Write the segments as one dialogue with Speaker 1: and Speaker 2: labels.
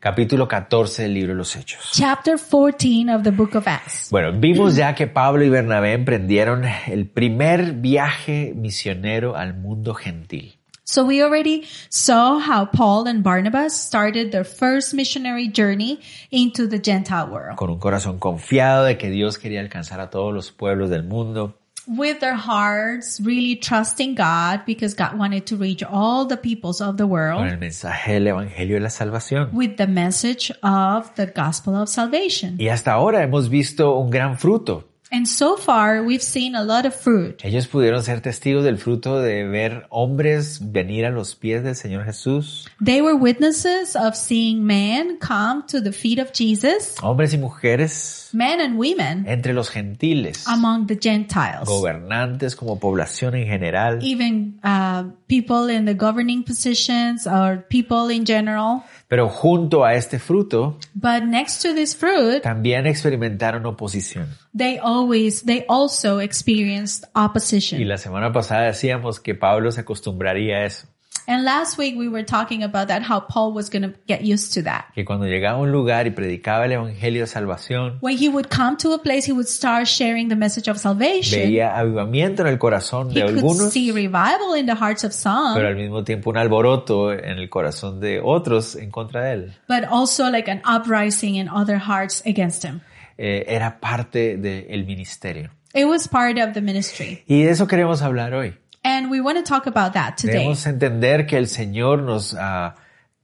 Speaker 1: capítulo 14 del libro de los Hechos.
Speaker 2: chapter 14 of the book of Acts.
Speaker 1: Bueno, vimos ya que Pablo y Bernabé emprendieron el primer viaje misionero al mundo gentil.
Speaker 2: So we already saw how Paul and Barnabas started their first missionary journey into the Gentile world
Speaker 1: con un corazón confiado de que Dios quería alcanzar a todos los pueblos del mundo.
Speaker 2: with their hearts really trusting God because God wanted to reach all the peoples of the
Speaker 1: con
Speaker 2: world
Speaker 1: el mensaje del Evangelio de la Salvación.
Speaker 2: with the message of the gospel of salvation.
Speaker 1: Y hasta ahora hemos visto un gran fruto.
Speaker 2: And so far we've seen a lot of fruit.
Speaker 1: Ellos pudieron ser testigos del fruto de ver hombres venir a los pies del Señor Jesús,
Speaker 2: They were witnesses of seeing men come to the feet of Jesus,
Speaker 1: hombres y mujeres
Speaker 2: men and women
Speaker 1: entre los gentiles,
Speaker 2: among the Gentiles,
Speaker 1: gobernantes como población en general,
Speaker 2: even uh, people in the governing positions or people in general.
Speaker 1: pero junto a este fruto
Speaker 2: But next to this fruit,
Speaker 1: también experimentaron oposición.
Speaker 2: they always, they also experienced
Speaker 1: Y
Speaker 2: opposition.
Speaker 1: la semana pasada decíamos que Pablo se acostumbraría a eso.
Speaker 2: And last week we were talking about that, how Paul was going to get used to that.
Speaker 1: que cuando llegaba a un lugar y predicaba el evangelio de salvación,
Speaker 2: When he would come to a place, he would start sharing the message of salvation.
Speaker 1: veía avivamiento en el corazón
Speaker 2: He
Speaker 1: de
Speaker 2: could
Speaker 1: algunos,
Speaker 2: see revival in the hearts of some.
Speaker 1: pero al mismo tiempo un alboroto en el corazón de otros en contra de él.
Speaker 2: but also like an uprising in other hearts against him.
Speaker 1: Eh, era parte del ministerio.
Speaker 2: It was part of the ministry.
Speaker 1: Y de eso queremos hablar hoy.
Speaker 2: And we want to talk about that today.
Speaker 1: Debemos entender que el Señor nos ah,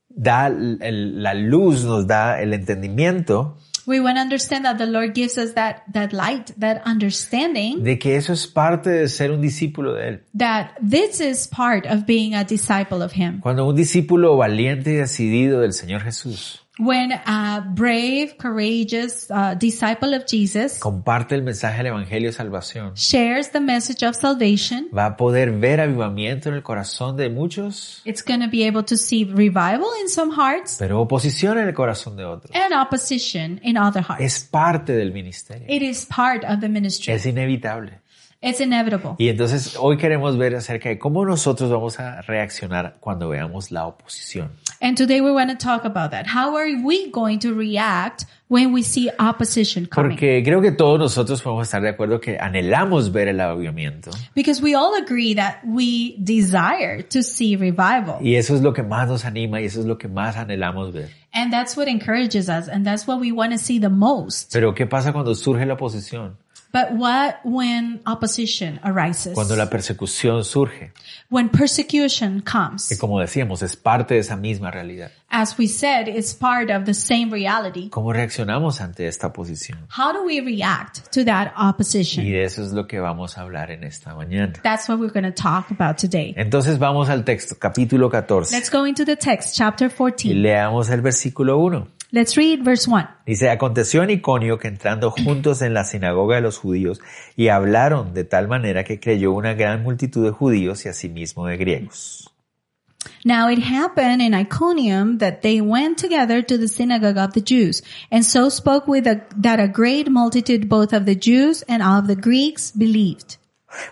Speaker 1: da el- el- la luz, nos da el entendimiento
Speaker 2: We want to understand that the Lord gives us that, that light, that understanding
Speaker 1: de que eso es parte de ser un discípulo de Él.
Speaker 2: that this is part of being a disciple of him.
Speaker 1: Cuando un discípulo valiente y decidido del Señor Jesús
Speaker 2: When a brave, courageous uh, disciple of Jesus
Speaker 1: comparte el mensaje del Evangelio de Salvación,
Speaker 2: shares the message of salvation,
Speaker 1: va a poder ver avivamiento en el corazón de muchos,
Speaker 2: it's going to be able to see revival in some hearts
Speaker 1: pero oposición en el corazón de otros.
Speaker 2: and opposition in other hearts.
Speaker 1: Es parte del ministerio.
Speaker 2: It is part of the ministry.
Speaker 1: Es inevitable.
Speaker 2: It's inevitable.
Speaker 1: Y entonces hoy queremos ver acerca de cómo nosotros vamos a reaccionar cuando veamos la oposición.
Speaker 2: And today we want to talk about that. How are we going to react when we see opposition coming?
Speaker 1: Porque creo que todos nosotros podemos estar de acuerdo que anhelamos ver el avivamiento.
Speaker 2: Because we all agree that we desire to see revival.
Speaker 1: Y eso es lo que más nos anima y eso es lo que más anhelamos ver.
Speaker 2: And that's what encourages us and that's what we want to see the most.
Speaker 1: Pero ¿qué pasa cuando surge la oposición?
Speaker 2: But what when opposition arises?
Speaker 1: Cuando la persecución surge.
Speaker 2: When persecution
Speaker 1: Que
Speaker 2: comes.
Speaker 1: como decíamos, es parte de esa misma realidad.
Speaker 2: As we said, it's part of the same reality.
Speaker 1: ¿Cómo reaccionamos ante esta oposición?
Speaker 2: How do we react to that
Speaker 1: Y
Speaker 2: opposition?
Speaker 1: de eso es lo que vamos a hablar en esta mañana.
Speaker 2: That's what we're going to talk about today.
Speaker 1: Entonces vamos al texto, capítulo 14,
Speaker 2: Let's go into the text, chapter
Speaker 1: y
Speaker 2: 14.
Speaker 1: leamos el versículo 1.
Speaker 2: Let's read verse 1.
Speaker 1: Dice, aconteció en Iconio que entrando juntos en la sinagoga de los judíos y hablaron de tal manera que creyó una gran multitud de judíos y asimismo de griegos.
Speaker 2: Now it happened in Iconium that they went together to the synagogue of the Jews, and so spoke with a, that a great multitude both of the Jews and of the Greeks believed.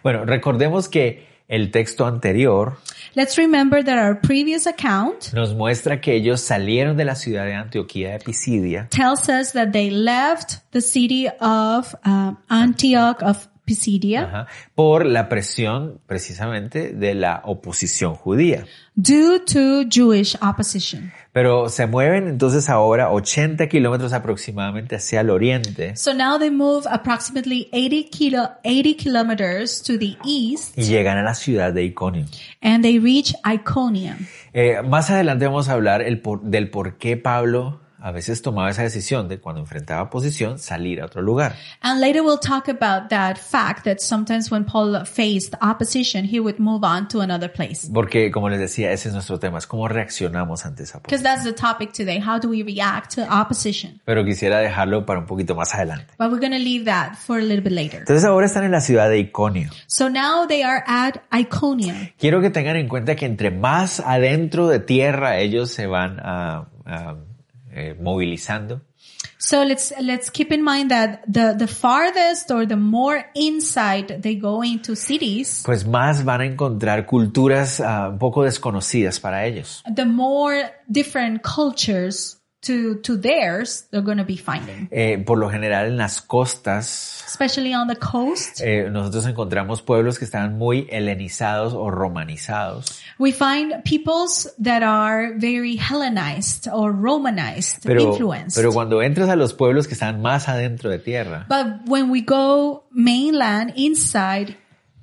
Speaker 1: Bueno, recordemos que el texto anterior
Speaker 2: Let's remember that our previous account
Speaker 1: nos muestra que ellos salieron de la ciudad de Antioquía de Pisidia
Speaker 2: tells us that they left the city of uh, Antioch of Pisidia
Speaker 1: ajá, por la presión precisamente de la oposición judía.
Speaker 2: due to Jewish opposition.
Speaker 1: Pero se mueven entonces ahora 80 kilómetros aproximadamente hacia el oriente
Speaker 2: So now they move approximately 80 kilo, 80 kilometers to the east
Speaker 1: y llegan a la ciudad de Iconio.
Speaker 2: and they reach Iconium.
Speaker 1: Eh, más adelante vamos a hablar el por- del por qué Pablo a veces tomaba esa decisión de cuando enfrentaba oposición salir a otro lugar.
Speaker 2: And later we'll talk about that fact that sometimes when Paul faced opposition, he would move on to another place.
Speaker 1: Porque como les decía, ese es nuestro tema, es cómo reaccionamos ante esa oposición.
Speaker 2: Because that's the topic today. How do we react to opposition?
Speaker 1: Pero quisiera dejarlo para un poquito más adelante.
Speaker 2: But we're going to leave that for a little bit later.
Speaker 1: Entonces ahora están en la ciudad de Iconio.
Speaker 2: So now they are at Iconium.
Speaker 1: Quiero que tengan en cuenta que entre más adentro de tierra ellos se van ah, ah, eh, movilizando,
Speaker 2: So let's, let's keep in mind that the, the farthest or the more inside they go into cities,
Speaker 1: pues más van a encontrar culturas ah, un poco desconocidas para ellos.
Speaker 2: the more different cultures to, to theirs, they're going to be finding.
Speaker 1: Eh, por lo general en las costas
Speaker 2: Especially on the coast,
Speaker 1: eh, nosotros encontramos pueblos que estaban muy helenizados o romanizados,
Speaker 2: we find peoples that are very Hellenized or Romanized,
Speaker 1: pero,
Speaker 2: influenced.
Speaker 1: pero cuando entras a los pueblos que están más adentro de tierra,
Speaker 2: but when we go mainland inside,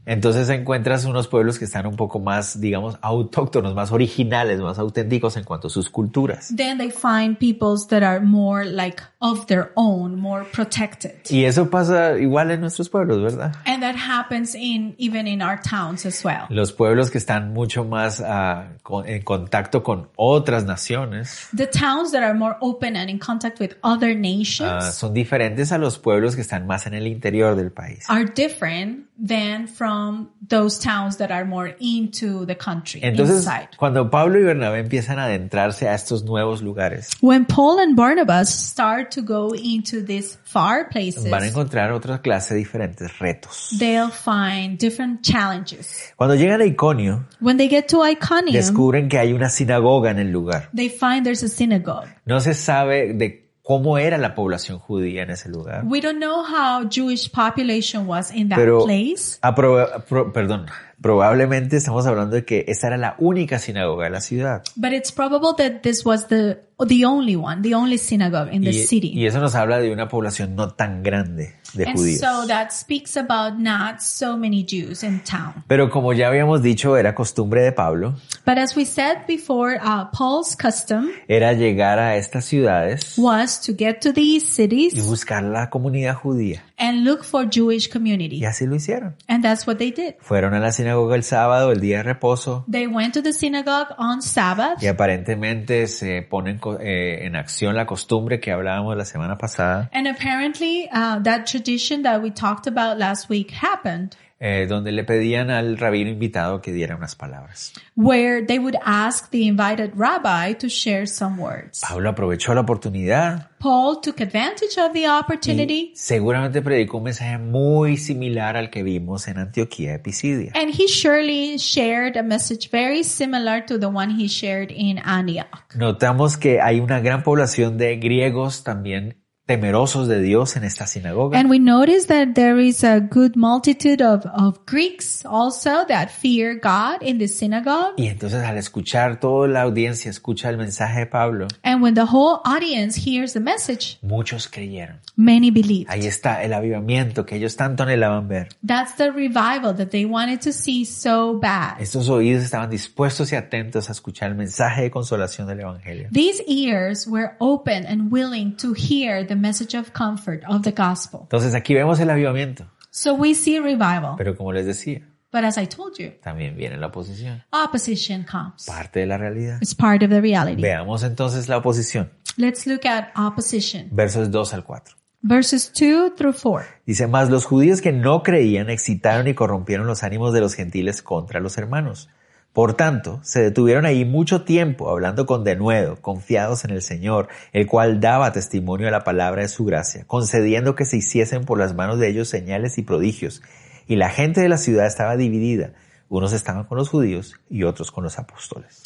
Speaker 1: entonces encuentras unos pueblos que están un poco más, digamos, autóctonos, más originales, más auténticos en cuanto a sus culturas.
Speaker 2: then they find peoples that are more like of their own, more protected.
Speaker 1: Y eso pasa igual en nuestros pueblos, ¿verdad?
Speaker 2: And that happens in even in our towns as well.
Speaker 1: Los pueblos que están mucho más ah, con- en contacto con otras naciones
Speaker 2: The towns that are more open and in contact with other nations
Speaker 1: ah, son diferentes a los pueblos que están más en el interior del país.
Speaker 2: are different than from those towns that are more into the country
Speaker 1: Entonces,
Speaker 2: inside.
Speaker 1: cuando Pablo y Bernabé empiezan a adentrarse a estos nuevos lugares,
Speaker 2: When Paul and Barnabas start to go into these far places,
Speaker 1: van a encontrar otra clase de diferentes retos.
Speaker 2: they'll find different challenges.
Speaker 1: Cuando llegan a Iconio,
Speaker 2: When they get to Iconium,
Speaker 1: descubren que hay una sinagoga en el lugar.
Speaker 2: they find there's a synagogue.
Speaker 1: No se sabe de cómo era la población judía en ese lugar.
Speaker 2: We don't know how Jewish population was in that
Speaker 1: Pero,
Speaker 2: place,
Speaker 1: apro- apro- perdón, probablemente estamos hablando de que esa era la única sinagoga de la ciudad.
Speaker 2: but it's probable that this was the the only one, the only synagogue in the
Speaker 1: Y,
Speaker 2: city.
Speaker 1: y eso nos habla de una población no tan grande de
Speaker 2: and
Speaker 1: judíos.
Speaker 2: so that speaks about not so many Jews in town.
Speaker 1: Pero como ya habíamos dicho, era costumbre de Pablo,
Speaker 2: But as we said before, uh, Paul's custom
Speaker 1: era llegar a estas ciudades
Speaker 2: was to get to these
Speaker 1: y
Speaker 2: cities
Speaker 1: buscar la comunidad judía.
Speaker 2: and look for Jewish community.
Speaker 1: Y así lo hicieron.
Speaker 2: And that's what they did.
Speaker 1: Fueron a la sinagoga el sábado, el día de reposo,
Speaker 2: They went to the synagogue on Sabbath
Speaker 1: y aparentemente se ponen co- eh, en acción la costumbre que hablábamos la semana pasada,
Speaker 2: and apparently uh, that tradition that we talked about last week happened
Speaker 1: eh, donde le pedían al rabino invitado que diera unas palabras.
Speaker 2: where they would ask the invited rabbi to share some words.
Speaker 1: Pablo aprovechó la oportunidad
Speaker 2: Paul took advantage of the
Speaker 1: y
Speaker 2: opportunity
Speaker 1: seguramente predicó un mensaje muy similar al que vimos en Antioquía de Pisidia.
Speaker 2: and he surely shared a message very similar to the one he shared in Antioch.
Speaker 1: Notamos que hay una gran población de griegos también temerosos de Dios en esta sinagoga.
Speaker 2: And we notice that there is a good multitude of, of Greeks also that fear God in the synagogue.
Speaker 1: Y entonces al escuchar toda la audiencia, escucha el mensaje de Pablo,
Speaker 2: And when the whole audience hears the message,
Speaker 1: muchos creyeron.
Speaker 2: many believe.
Speaker 1: Ahí está el avivamiento que ellos tanto anhelaban ver.
Speaker 2: That's the revival that they wanted to see so bad.
Speaker 1: Estos oídos estaban dispuestos y atentos a escuchar el mensaje de consolación del Evangelio.
Speaker 2: These ears were open and willing to hear the message of comfort of the gospel.
Speaker 1: Entonces aquí vemos el avivamiento,
Speaker 2: So we see revival.
Speaker 1: pero como les decía,
Speaker 2: But as I told you,
Speaker 1: también viene la oposición,
Speaker 2: opposition comes.
Speaker 1: parte de la realidad.
Speaker 2: It's part of the reality.
Speaker 1: Veamos entonces la oposición,
Speaker 2: Let's look at opposition.
Speaker 1: versos 2 al 4.
Speaker 2: Verses 2 through 4.
Speaker 1: Dice, más los judíos que no creían excitaron y corrompieron los ánimos de los gentiles contra los hermanos. Por tanto, se detuvieron ahí mucho tiempo hablando con denuedo, confiados en el Señor, el cual daba testimonio a la palabra de su gracia, concediendo que se hiciesen por las manos de ellos señales y prodigios. Y la gente de la ciudad estaba dividida. Unos estaban con los judíos y otros con los apóstoles.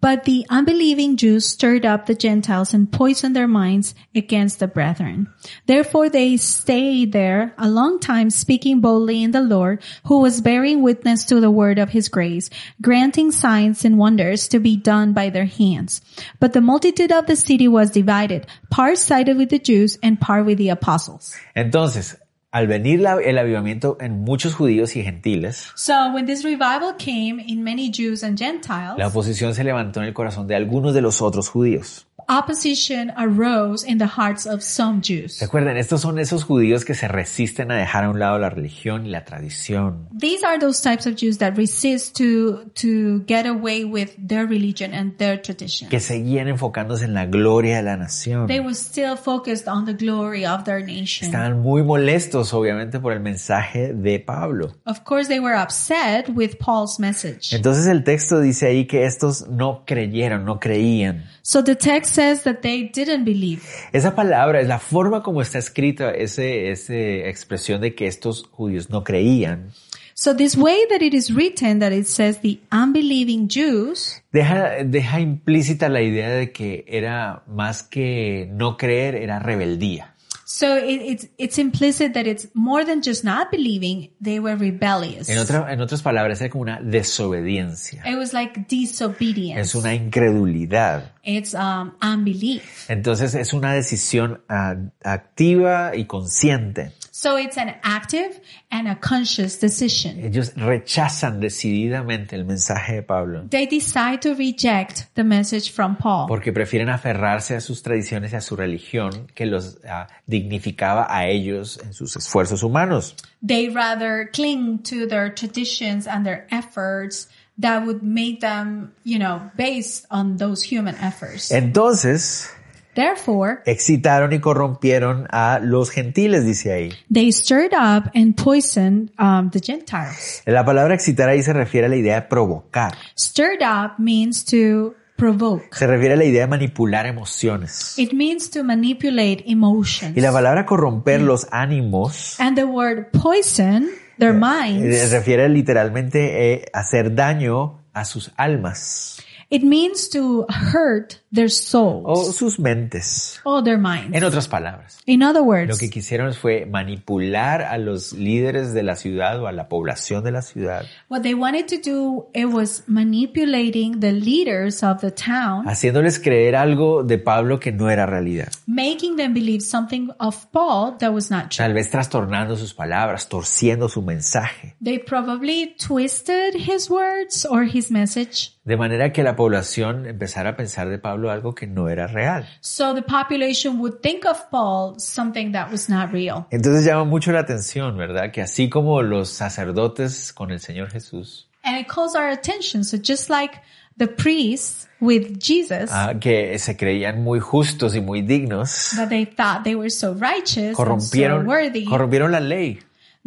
Speaker 2: But the unbelieving Jews stirred up the Gentiles and poisoned their minds against the brethren. Therefore they stayed there a long time speaking boldly in the Lord, who was bearing witness to the word of his grace, granting signs and wonders to be done by their hands. But the multitude of the city was divided, part sided with the Jews and part with the apostles.
Speaker 1: Entonces, al venir la- el avivamiento en muchos judíos y gentiles,
Speaker 2: So when this revival came in many Jews and
Speaker 1: la
Speaker 2: Gentiles,
Speaker 1: oposición se levantó en el corazón de algunos de los otros judíos.
Speaker 2: opposition arose in the hearts of some Jews.
Speaker 1: Recuerden, estos son esos judíos que se resisten a dejar a un lado la religión y la tradición.
Speaker 2: these are those types of Jews that resist to to get away with their religion and their tradition.
Speaker 1: que seguían enfocándose en la gloria de la nación.
Speaker 2: They were still focused on the glory of their nation.
Speaker 1: Estaban muy molestos, obviamente, por el mensaje de Pablo.
Speaker 2: Of course, they were upset with Paul's message.
Speaker 1: Entonces el texto dice ahí que estos no creyeron, no creían.
Speaker 2: So the text says that they didn't believe.
Speaker 1: Esa palabra, es la forma como está escrita ese, esa expresión de que estos judíos no creían,
Speaker 2: So this way that it is written that it says the unbelieving Jews,
Speaker 1: Deja, deja implícita la idea de que era más que no creer, era rebeldía.
Speaker 2: so it, it's, it's implicit that it's more than just not believing, they were rebellious.
Speaker 1: En, otra- en otras palabras, era como una desobediencia.
Speaker 2: It was like disobedience.
Speaker 1: Es una incredulidad.
Speaker 2: It's um, unbelief.
Speaker 1: Entonces es una decisión ah, activa y consciente.
Speaker 2: So it's an active and a conscious decision.
Speaker 1: Ellos rechazan decididamente el mensaje de Pablo
Speaker 2: They decide to reject the message from Paul
Speaker 1: porque prefieren aferrarse a sus tradiciones y a su religión que los ah, dignificaba a ellos en sus esfuerzos humanos.
Speaker 2: they rather cling to their traditions and their efforts that would make them, you know, based on those human efforts.
Speaker 1: Entonces
Speaker 2: Therefore,
Speaker 1: excitaron y corrompieron a los gentiles, dice ahí.
Speaker 2: they stirred up and poisoned um, the Gentiles.
Speaker 1: La palabra excitar ahí se refiere a la idea de provocar,
Speaker 2: Stirred up means to provoke.
Speaker 1: se refiere a la idea de manipular emociones.
Speaker 2: It means to manipulate
Speaker 1: Y
Speaker 2: emotions.
Speaker 1: la palabra corromper los ánimos
Speaker 2: And the word poison, their
Speaker 1: eh,
Speaker 2: minds,
Speaker 1: refiere literalmente eh, hacer daño a sus almas
Speaker 2: it means to hurt their
Speaker 1: o
Speaker 2: souls
Speaker 1: sus mentes.
Speaker 2: or their minds.
Speaker 1: En otras palabras,
Speaker 2: In other
Speaker 1: lo
Speaker 2: words,
Speaker 1: que quisieron fue manipular a los líderes de la ciudad o a la población de la ciudad,
Speaker 2: what they wanted to do, it was manipulating the leaders of the
Speaker 1: Ah.
Speaker 2: town,
Speaker 1: haciéndoles creer algo de Pablo que no era realidad.
Speaker 2: making them believe something of Paul that was not true.
Speaker 1: Tal vez trastornando sus palabras, torciendo su mensaje.
Speaker 2: They probably twisted his words or his message.
Speaker 1: De manera que la población empezara a pensar de Pablo algo que no era real.
Speaker 2: So the population would think of Paul something that was not real.
Speaker 1: Entonces llama mucho la atención, ¿verdad? Que así como los sacerdotes con el Señor Jesús,
Speaker 2: And it calls our attention. So just like the priests with Jesus,
Speaker 1: ah, que se creían muy justos y muy dignos,
Speaker 2: that they thought they were so righteous and so
Speaker 1: corrompieron,
Speaker 2: worthy,
Speaker 1: corrompieron la ley,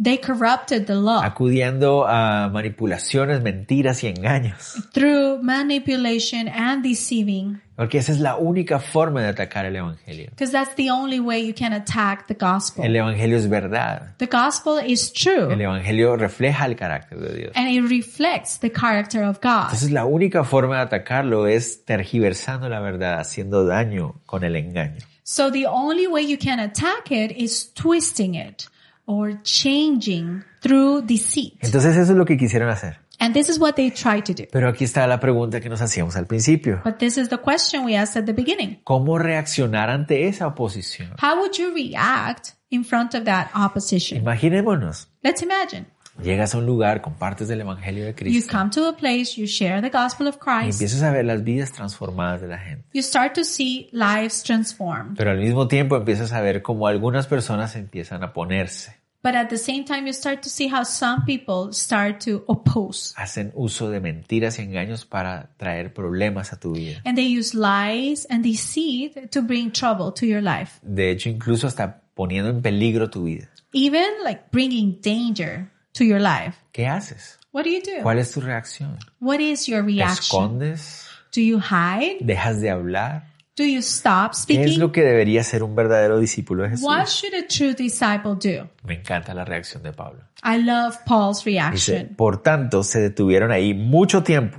Speaker 2: they corrupted the law
Speaker 1: acudiendo a manipulaciones, mentiras y engaños.
Speaker 2: through manipulation and deceiving,
Speaker 1: Porque esa es la única forma de atacar el Evangelio.
Speaker 2: because that's the only way you can attack the gospel.
Speaker 1: El Evangelio es verdad.
Speaker 2: the gospel is
Speaker 1: El
Speaker 2: true,
Speaker 1: Evangelio refleja el carácter de Dios.
Speaker 2: and it reflects the character of God.
Speaker 1: Entonces la única forma de atacarlo es tergiversando la verdad, haciendo daño con el engaño.
Speaker 2: So the only way you can attack it is twisting it or changing through deceit.
Speaker 1: Entonces eso es lo que quisieron hacer.
Speaker 2: And this is what they try to do.
Speaker 1: Pero aquí está la pregunta que nos hacíamos al principio.
Speaker 2: But this is the question we asked at the beginning.
Speaker 1: ¿Cómo reaccionar ante esa oposición?
Speaker 2: How would you react in front of that opposition?
Speaker 1: Imaginémonos,
Speaker 2: Let's imagine
Speaker 1: llegas a un lugar, compartes el Evangelio de
Speaker 2: you
Speaker 1: Cristo
Speaker 2: come to a place, you share the gospel of
Speaker 1: y
Speaker 2: Christ,
Speaker 1: empiezas a ver las vidas transformadas de la gente.
Speaker 2: you start to see lives transformed.
Speaker 1: Pero al mismo tiempo empiezas a ver cómo algunas personas empiezan a ponerse,
Speaker 2: But at the same time, you start to see how some people start to oppose
Speaker 1: hacen uso de mentiras y engaños para traer problemas a tu vida.
Speaker 2: and they use lies and deceit to bring trouble to your life,
Speaker 1: De hecho, incluso hasta poniendo en peligro tu vida.
Speaker 2: even like bringing danger to your life.
Speaker 1: ¿Qué haces?
Speaker 2: What do you do?
Speaker 1: ¿Cuál es tu reacción?
Speaker 2: What is your
Speaker 1: ¿Te
Speaker 2: reaction?
Speaker 1: escondes?
Speaker 2: Do you hide?
Speaker 1: ¿Dejas de hablar?
Speaker 2: Do you stop
Speaker 1: ¿Qué es
Speaker 2: speaking?
Speaker 1: lo que debería ser un verdadero discípulo de Jesús?
Speaker 2: What should a true disciple do?
Speaker 1: Me encanta la reacción de Pablo.
Speaker 2: I love Paul's
Speaker 1: Dice,
Speaker 2: reaction.
Speaker 1: por tanto, se detuvieron ahí mucho tiempo.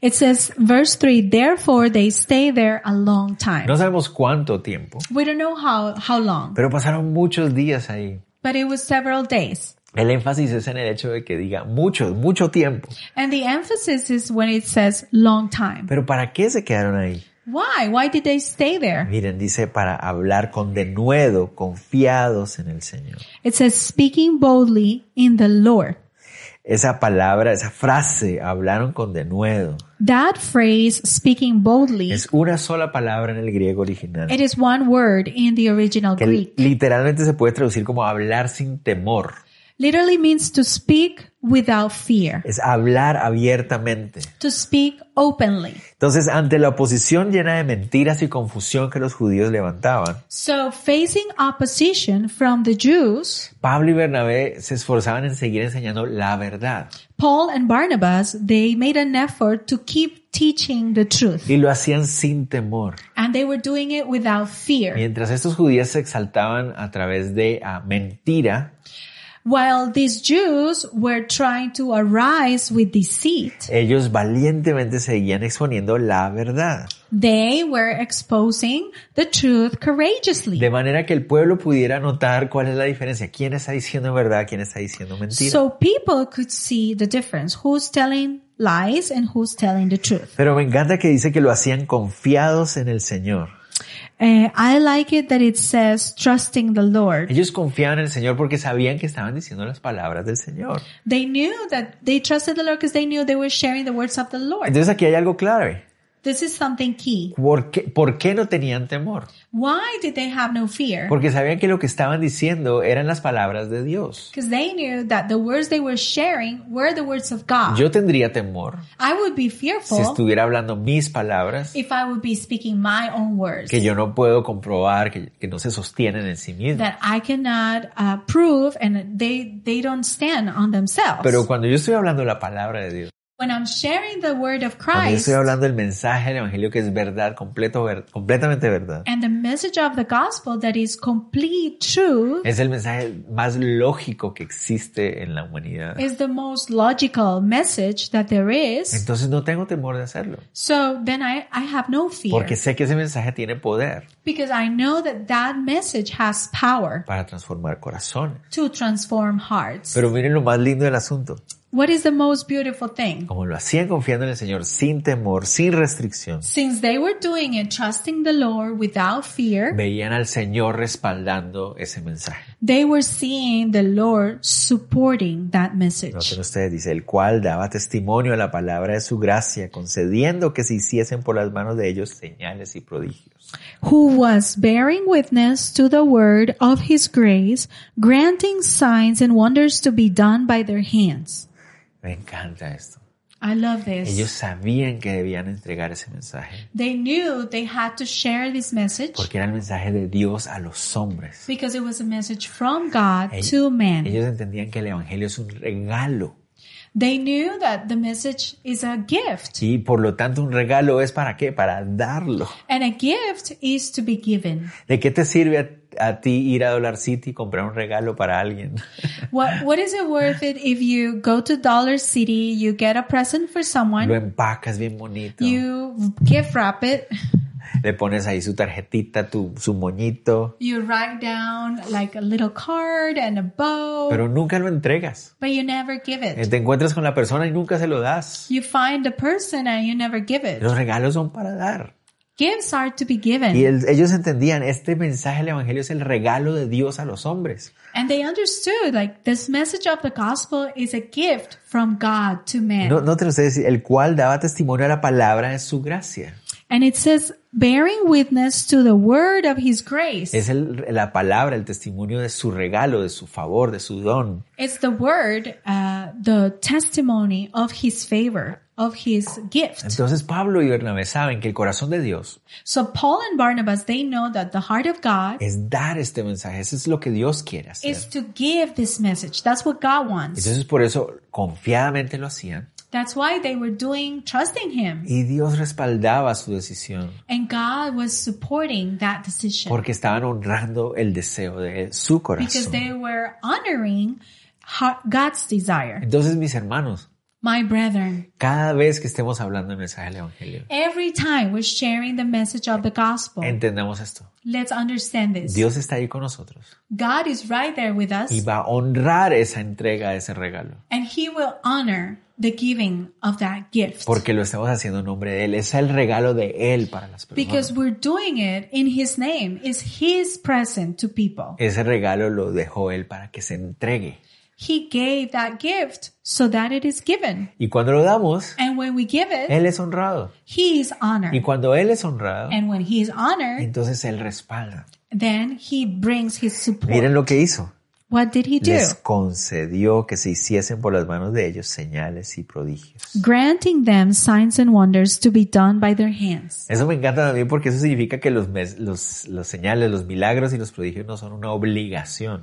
Speaker 2: It says, verse 3, therefore they stay there a long time.
Speaker 1: No sabemos cuánto tiempo,
Speaker 2: We don't know how, how long,
Speaker 1: pero pasaron muchos días ahí.
Speaker 2: but it was several days.
Speaker 1: El énfasis es en el hecho de que diga mucho, mucho tiempo.
Speaker 2: And the emphasis is when it says long time.
Speaker 1: Pero ¿para qué se quedaron ahí?
Speaker 2: Why? Why did they stay there?
Speaker 1: Miren, dice, para hablar con denuedo, confiados en el Señor.
Speaker 2: It says speaking boldly in the Lord.
Speaker 1: Esa palabra, esa frase, hablaron con denuedo.
Speaker 2: That phrase, speaking boldly,
Speaker 1: Es una sola palabra en el griego original.
Speaker 2: it is one word in the original
Speaker 1: Que
Speaker 2: Greek.
Speaker 1: literalmente se puede traducir como hablar sin temor.
Speaker 2: Literally means to speak without fear,
Speaker 1: Es hablar abiertamente.
Speaker 2: to speak openly.
Speaker 1: Entonces, ante la oposición llena de mentiras y confusión que los judíos levantaban,
Speaker 2: So facing opposition from the Jews,
Speaker 1: Pablo y Bernabé se esforzaban en seguir enseñando la verdad
Speaker 2: Paul and Barnabas, they made an effort to keep teaching the truth.
Speaker 1: y lo hacían sin temor.
Speaker 2: And they were doing it without fear.
Speaker 1: Mientras estos judíos se exaltaban a través de ah, mentira,
Speaker 2: while these Jews were trying to arise with deceit.
Speaker 1: Ellos valientemente seguían exponiendo la verdad,
Speaker 2: They were exposing the truth courageously.
Speaker 1: de manera que el pueblo pudiera notar cuál es la diferencia, quién está diciendo verdad, quién está diciendo mentira.
Speaker 2: So people could see the difference. Who's telling lies and who's telling the truth.
Speaker 1: Pero me encanta que dice que lo hacían confiados en el Señor.
Speaker 2: Uh, I like it that it says trusting the Lord.
Speaker 1: Ellos confiaban en el Señor porque sabían que estaban diciendo las palabras del Señor.
Speaker 2: They knew that they trusted the Lord because they knew they were sharing the words of the Lord.
Speaker 1: Entonces aquí hay algo clave.
Speaker 2: This is something key.
Speaker 1: ¿Por qué, por qué no tenían temor?
Speaker 2: Why did they have no fear?
Speaker 1: Porque sabían que lo que estaban diciendo eran las palabras de Dios.
Speaker 2: Because they knew that the words they were sharing were the words of God.
Speaker 1: Yo tendría temor
Speaker 2: I would be
Speaker 1: si
Speaker 2: fearful
Speaker 1: estuviera hablando mis palabras
Speaker 2: if I would be speaking my own words
Speaker 1: que yo no puedo comprobar, que, que no se sostienen en sí mismas.
Speaker 2: that I cannot uh, prove and they, they don't stand on themselves.
Speaker 1: Pero cuando yo estoy hablando la palabra de Dios,
Speaker 2: when I'm sharing the word of
Speaker 1: cuando yo
Speaker 2: Christ
Speaker 1: estoy hablando el mensaje del Evangelio que es verdad, completo, ver- completamente verdad,
Speaker 2: and the message of the gospel that is complete truth
Speaker 1: es el mensaje más lógico que existe en la humanidad.
Speaker 2: is the most logical message that there is.
Speaker 1: Entonces no tengo temor de hacerlo,
Speaker 2: So then I, I have no fear
Speaker 1: porque sé que ese mensaje tiene poder
Speaker 2: because I know that that message has power
Speaker 1: para transformar corazones.
Speaker 2: to transform hearts.
Speaker 1: Pero miren lo más lindo del asunto.
Speaker 2: What is the most beautiful thing?
Speaker 1: Como lo hacían confiando en el Señor, sin temor, sin restricción,
Speaker 2: Since they were doing it, trusting the Lord without fear,
Speaker 1: veían al Señor respaldando ese mensaje.
Speaker 2: they were seeing the Lord supporting that
Speaker 1: Noten
Speaker 2: message.
Speaker 1: ustedes, dice, el cual daba testimonio a la palabra de su gracia, concediendo que se hiciesen por las manos de ellos señales y prodigios.
Speaker 2: Who was bearing witness to the word of his grace, granting signs and wonders to be done by their hands.
Speaker 1: Me encanta esto.
Speaker 2: I love this.
Speaker 1: Ellos sabían que debían entregar ese mensaje,
Speaker 2: They knew they had to share this message
Speaker 1: porque era el mensaje de Dios a los hombres.
Speaker 2: because it was a message from God
Speaker 1: Ell-
Speaker 2: to man.
Speaker 1: Ellos entendían que el Evangelio es un regalo
Speaker 2: They knew that the message is a gift
Speaker 1: y por lo tanto un regalo es para qué, para darlo.
Speaker 2: and a gift is to be given.
Speaker 1: ¿De qué te sirve a, a ti ir a Dollar City y comprar un regalo para alguien?
Speaker 2: What what is it worth it if you go to Dollar City, you get a present for
Speaker 1: Lo
Speaker 2: someone,
Speaker 1: empacas bien bonito,
Speaker 2: you gift wrap it,
Speaker 1: le pones ahí su tarjetita, tu, su moñito,
Speaker 2: you write down like a little card and a bow,
Speaker 1: pero nunca lo entregas.
Speaker 2: but you never give
Speaker 1: Eh,
Speaker 2: it.
Speaker 1: Te encuentras con la persona y nunca se lo das.
Speaker 2: You find the person and you never give it.
Speaker 1: Los regalos son para dar.
Speaker 2: Gifts are to be
Speaker 1: Y
Speaker 2: given.
Speaker 1: el- ellos entendían, este mensaje del Evangelio es el regalo de Dios a los hombres.
Speaker 2: And they understood like this message of the gospel is a gift from God to man.
Speaker 1: No, no te lo sé decir, el cual daba testimonio a la palabra de su gracia.
Speaker 2: And it says bearing witness to the word of his grace.
Speaker 1: Es el- la palabra, el testimonio de su regalo, de su favor, de su don.
Speaker 2: It's the word, uh, the testimony of his favor, of his gift.
Speaker 1: Entonces Pablo y Bernabé saben que el corazón de Dios
Speaker 2: So Paul and Barnabas, they know that the heart of God
Speaker 1: es dar este mensaje. Eso es lo que Dios quiere hacer.
Speaker 2: is to give this message. That's what God wants.
Speaker 1: Entonces por eso confiadamente lo hacían
Speaker 2: That's why they were doing, trusting him.
Speaker 1: y Dios respaldaba su decisión
Speaker 2: And God was supporting that decision
Speaker 1: porque estaban honrando el deseo de su
Speaker 2: because
Speaker 1: corazón.
Speaker 2: they were honoring ho- God's desire.
Speaker 1: Entonces mis hermanos,
Speaker 2: My brethren,
Speaker 1: cada vez que estemos hablando del mensaje del Evangelio,
Speaker 2: every time we're sharing the message of the gospel,
Speaker 1: entendamos esto.
Speaker 2: let's understand this.
Speaker 1: Dios está ahí con nosotros
Speaker 2: God is right there with us.
Speaker 1: y va a honrar esa entrega de ese regalo
Speaker 2: And he will honor the giving of that gift.
Speaker 1: porque lo estamos haciendo en nombre de Él. Es el regalo de Él para las personas.
Speaker 2: Because we're doing it in his name. It's his present to people.
Speaker 1: Ese regalo lo dejó Él para que se entregue.
Speaker 2: He gave that gift so that it is given.
Speaker 1: Y cuando lo damos,
Speaker 2: And when we give it,
Speaker 1: Él es honrado.
Speaker 2: he is
Speaker 1: Y
Speaker 2: honored.
Speaker 1: cuando Él es honrado,
Speaker 2: And when he is honored,
Speaker 1: entonces Él respalda.
Speaker 2: then he brings his support.
Speaker 1: Miren lo que hizo.
Speaker 2: What did he do?
Speaker 1: Les concedió que se hiciesen por las manos de ellos señales y prodigios.
Speaker 2: Granting them signs and wonders to be done by their hands.
Speaker 1: Eso me encanta también porque eso significa que los, mes- los, los señales, los milagros y los prodigios no son una obligación.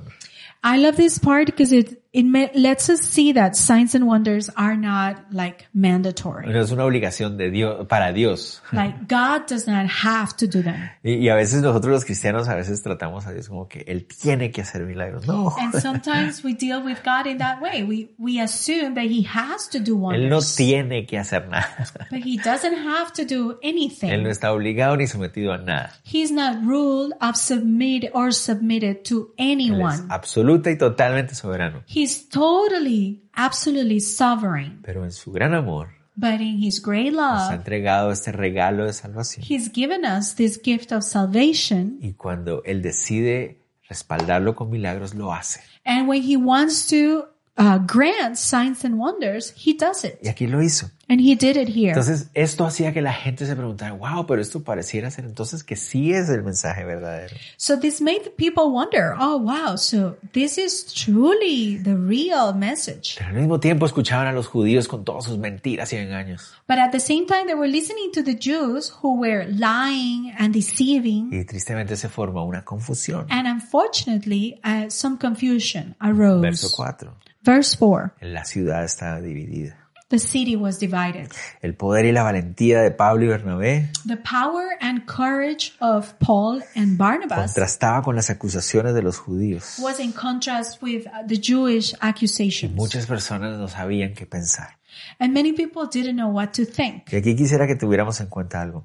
Speaker 2: I love this part because it it ma- lets us see that signs and wonders are not like mandatory.
Speaker 1: No es una obligación de Dios, para Dios.
Speaker 2: Like God does not have to do them.
Speaker 1: Y, y a veces nosotros los cristianos a veces tratamos a Dios como que Él tiene que hacer milagros. No,
Speaker 2: And sometimes we deal with God in that way. We, we assume that he has to do
Speaker 1: Él no
Speaker 2: wonders,
Speaker 1: tiene que hacer nada.
Speaker 2: but he doesn't have to do
Speaker 1: Él no
Speaker 2: anything.
Speaker 1: está obligado ni sometido a nada.
Speaker 2: He's not ruled of submit or submitted to
Speaker 1: Él es
Speaker 2: anyone.
Speaker 1: absoluta y totalmente soberano.
Speaker 2: He's totally, absolutely sovereign,
Speaker 1: Pero en su gran amor
Speaker 2: but in his great
Speaker 1: nos ha
Speaker 2: love,
Speaker 1: entregado este regalo de salvación.
Speaker 2: he's given us this gift of salvation.
Speaker 1: Y cuando Él decide respaldarlo con milagros, lo hace.
Speaker 2: And when he wants to uh, grant signs and wonders, he does
Speaker 1: Y
Speaker 2: it.
Speaker 1: aquí lo hizo.
Speaker 2: And he did it here.
Speaker 1: Entonces, esto hacía que la gente se preguntara, wow, pero esto pareciera ser entonces que sí es el mensaje verdadero.
Speaker 2: So this made the people wonder, oh wow, so this is truly the real message.
Speaker 1: Pero al mismo tiempo escuchaban a los judíos con todas sus mentiras y engaños.
Speaker 2: But at the same time, they were listening to the Jews who were lying and deceiving.
Speaker 1: Y tristemente se forma una confusión.
Speaker 2: And unfortunately, uh, some confusion
Speaker 1: Verso
Speaker 2: arose.
Speaker 1: 4.
Speaker 2: Verse 4.
Speaker 1: La ciudad estaba dividida.
Speaker 2: The city was divided.
Speaker 1: El poder y la valentía de Pablo y Bernabé
Speaker 2: The power and courage of Paul and Barnabas
Speaker 1: contrastaba con las acusaciones de los judíos.
Speaker 2: was in contrast with uh, the Jewish accusations.
Speaker 1: Muchas personas no sabían qué pensar.
Speaker 2: And many people didn't know what to think.
Speaker 1: Y aquí quisiera que tuviéramos en cuenta algo.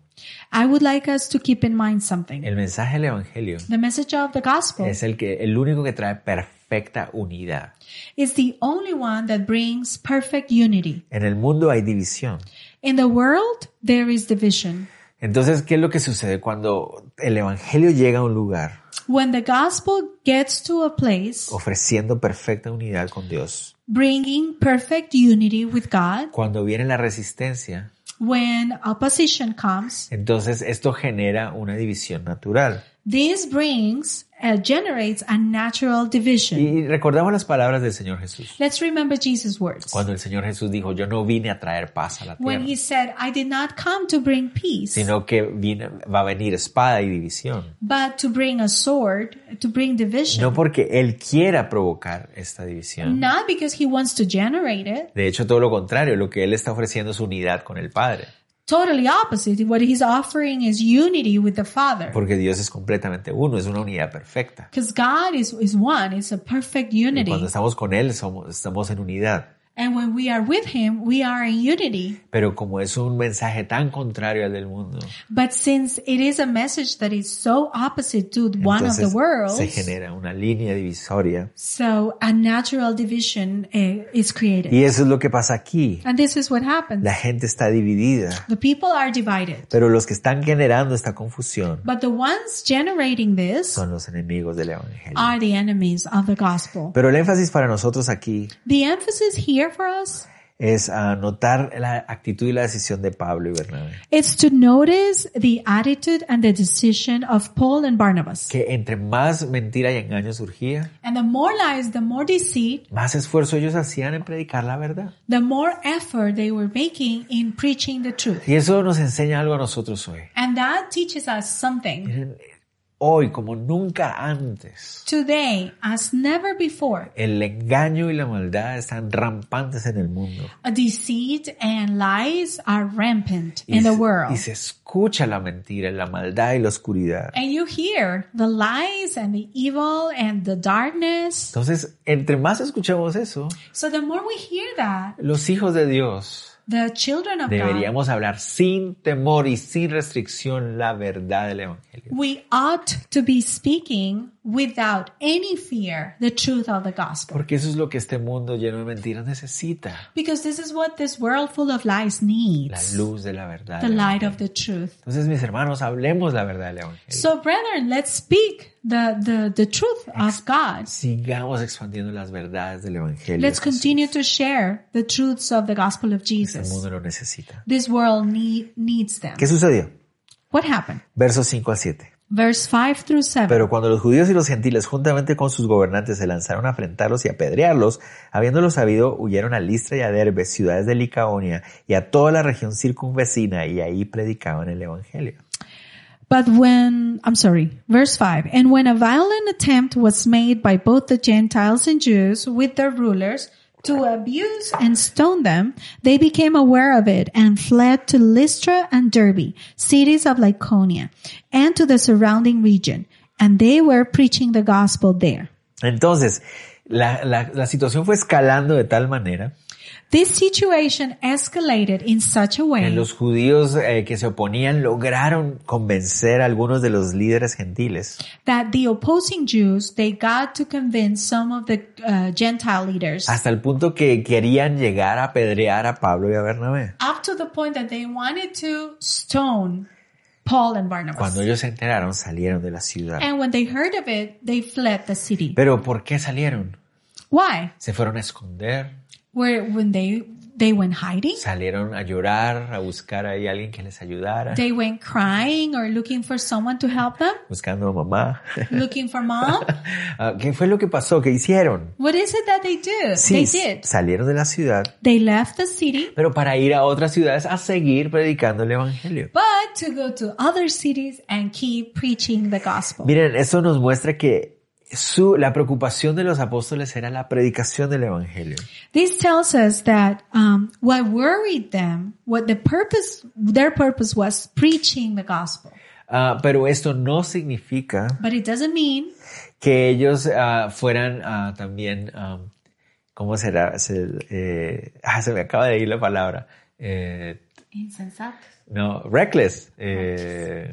Speaker 2: I would like us to keep in mind something.
Speaker 1: El mensaje del Evangelio
Speaker 2: The message of the gospel
Speaker 1: es el, que, el único que trae perfecta unidad.
Speaker 2: is the only one that brings perfect unity.
Speaker 1: En el mundo hay división.
Speaker 2: In the world, there is division.
Speaker 1: Entonces, ¿qué es lo que sucede cuando el Evangelio llega a un lugar
Speaker 2: When the gospel gets to a place,
Speaker 1: Oh. ofreciendo perfecta unidad con Dios?
Speaker 2: bringing perfect unity with God,
Speaker 1: Cuando viene la resistencia,
Speaker 2: when opposition comes,
Speaker 1: entonces esto genera una división natural.
Speaker 2: this brings, uh, generates a natural division.
Speaker 1: Y recordamos las palabras del Señor Jesús.
Speaker 2: Let's remember Jesus' words.
Speaker 1: Cuando el Señor Jesús dijo, yo no vine a traer paz a la
Speaker 2: When
Speaker 1: tierra,
Speaker 2: he said, I did not come to bring peace,
Speaker 1: sino que vine- va a venir espada y división.
Speaker 2: but to bring a sword, to bring division.
Speaker 1: No porque Él quiera provocar esta división.
Speaker 2: Not because he wants to generate it,
Speaker 1: De hecho, todo lo contrario, lo que Él está ofreciendo es unidad con el Padre,
Speaker 2: totally opposite. What he's offering is unity with the Father.
Speaker 1: porque Dios es completamente uno, es una unidad perfecta.
Speaker 2: Because God is, is one, it's a perfect
Speaker 1: Y cuando
Speaker 2: unity.
Speaker 1: estamos con Él, somos, estamos en unidad.
Speaker 2: And when we are with him, we are in unity.
Speaker 1: Pero como es un mensaje tan contrario al del mundo,
Speaker 2: But since it is a message that is so opposite to one of the
Speaker 1: entonces se
Speaker 2: worlds,
Speaker 1: genera una línea divisoria.
Speaker 2: so a natural division eh, is created.
Speaker 1: Y eso es lo que pasa aquí.
Speaker 2: And this is what happens.
Speaker 1: La gente está dividida,
Speaker 2: The people are divided.
Speaker 1: pero los que están generando esta confusión
Speaker 2: But the ones generating this
Speaker 1: son los enemigos del Evangelio.
Speaker 2: are the enemies of the gospel.
Speaker 1: Pero el énfasis para nosotros aquí
Speaker 2: The emphasis here for us
Speaker 1: es a notar la actitud y la decisión de Pablo y Bernabé.
Speaker 2: It's to notice the attitude and the decision of Paul and Barnabas.
Speaker 1: que entre más mentira y engaño surgía,
Speaker 2: And the more lies, the more deceit,
Speaker 1: más esfuerzo ellos hacían en predicar la verdad.
Speaker 2: the more effort they were making in preaching the truth.
Speaker 1: Y eso nos enseña algo a nosotros hoy.
Speaker 2: And that teaches us something.
Speaker 1: Miren, hoy, como nunca antes,
Speaker 2: Today, as never before,
Speaker 1: el engaño y la maldad están rampantes en el mundo.
Speaker 2: deceit and lies are rampant
Speaker 1: Y,
Speaker 2: in the
Speaker 1: se- y
Speaker 2: world.
Speaker 1: se escucha la mentira, la maldad y la oscuridad.
Speaker 2: And you hear the lies and the evil and the darkness.
Speaker 1: Entonces, entre más escuchamos eso,
Speaker 2: So the more we hear that,
Speaker 1: los hijos de Dios
Speaker 2: the children of God
Speaker 1: deberíamos hablar sin temor y sin restricción la verdad del Evangelio.
Speaker 2: We ought to be speaking without any fear the truth of the gospel.
Speaker 1: Porque eso es lo que este mundo lleno de mentiras necesita.
Speaker 2: Because this is what this world full of lies
Speaker 1: la
Speaker 2: needs
Speaker 1: luz de la verdad.
Speaker 2: the light of the truth.
Speaker 1: Entonces, mis hermanos, hablemos la verdad del Evangelio.
Speaker 2: So, brethren, let's speak the, the, the truth of God.
Speaker 1: Sigamos expandiendo las verdades del Evangelio.
Speaker 2: Let's
Speaker 1: Jesús.
Speaker 2: continue to share the truths of the gospel of
Speaker 1: El
Speaker 2: Jesus.
Speaker 1: Este mundo lo necesita.
Speaker 2: This world need, needs them.
Speaker 1: ¿Qué sucedió?
Speaker 2: What happened?
Speaker 1: Versos 5 al 7.
Speaker 2: Verse 5 through 7.
Speaker 1: Pero cuando los judíos y los gentiles, juntamente con sus gobernantes, se lanzaron a afrentarlos y apedrearlos, habiéndolos sabido, huyeron a Listra y a Derbe, ciudades de Licaonia, y a toda la región circunvecina, y ahí predicaban el Evangelio.
Speaker 2: But when, I'm sorry, verse 5, and when a violent attempt was made by both the Gentiles and Jews with their rulers to abuse and stone them, they became aware of it and fled to Lystra and Derbe, cities of Lycaonia, and to the surrounding region. And they were preaching the gospel there.
Speaker 1: Entonces, la, la- la situación fue escalando de tal manera
Speaker 2: This situation escalated in such a
Speaker 1: que
Speaker 2: way
Speaker 1: los judíos eh, que se oponían lograron convencer a algunos de los líderes gentiles
Speaker 2: that the opposing Jews, they got to convince some of the uh, Gentile leaders
Speaker 1: hasta el punto que querían llegar a apedrear a Pablo y a Bernabé.
Speaker 2: up to the point that they wanted to stone Paul and Barnabas.
Speaker 1: Cuando ellos se enteraron, salieron de la ciudad.
Speaker 2: And when they heard of it, they fled the city.
Speaker 1: Pero ¿por qué salieron?
Speaker 2: Why?
Speaker 1: Se fueron a esconder,
Speaker 2: Where when they they went hiding,
Speaker 1: salieron a llorar, a buscar ahí a alguien que les ayudara,
Speaker 2: they went crying or looking for someone to help them,
Speaker 1: buscando a mamá.
Speaker 2: looking for mom.
Speaker 1: Ah, ¿Qué fue lo que pasó? ¿Qué hicieron?
Speaker 2: What is it that they do?
Speaker 1: Sí,
Speaker 2: They
Speaker 1: s-
Speaker 2: did.
Speaker 1: salieron de la ciudad,
Speaker 2: They left the city,
Speaker 1: pero para ir a otras ciudades a seguir predicando el evangelio.
Speaker 2: but to go to other cities and keep preaching the gospel.
Speaker 1: Miren, eso nos muestra que su, la preocupación de los apóstoles era la predicación del evangelio.
Speaker 2: This tells us that um, what worried them, what the purpose, their purpose was preaching the gospel.
Speaker 1: Ah, pero esto no significa
Speaker 2: But it doesn't mean
Speaker 1: que ellos ah, fueran ah, también, ah, ¿cómo será? Se, eh, ah, se me acaba de ir la palabra. Eh,
Speaker 2: insensatos.
Speaker 1: no, reckless. eh,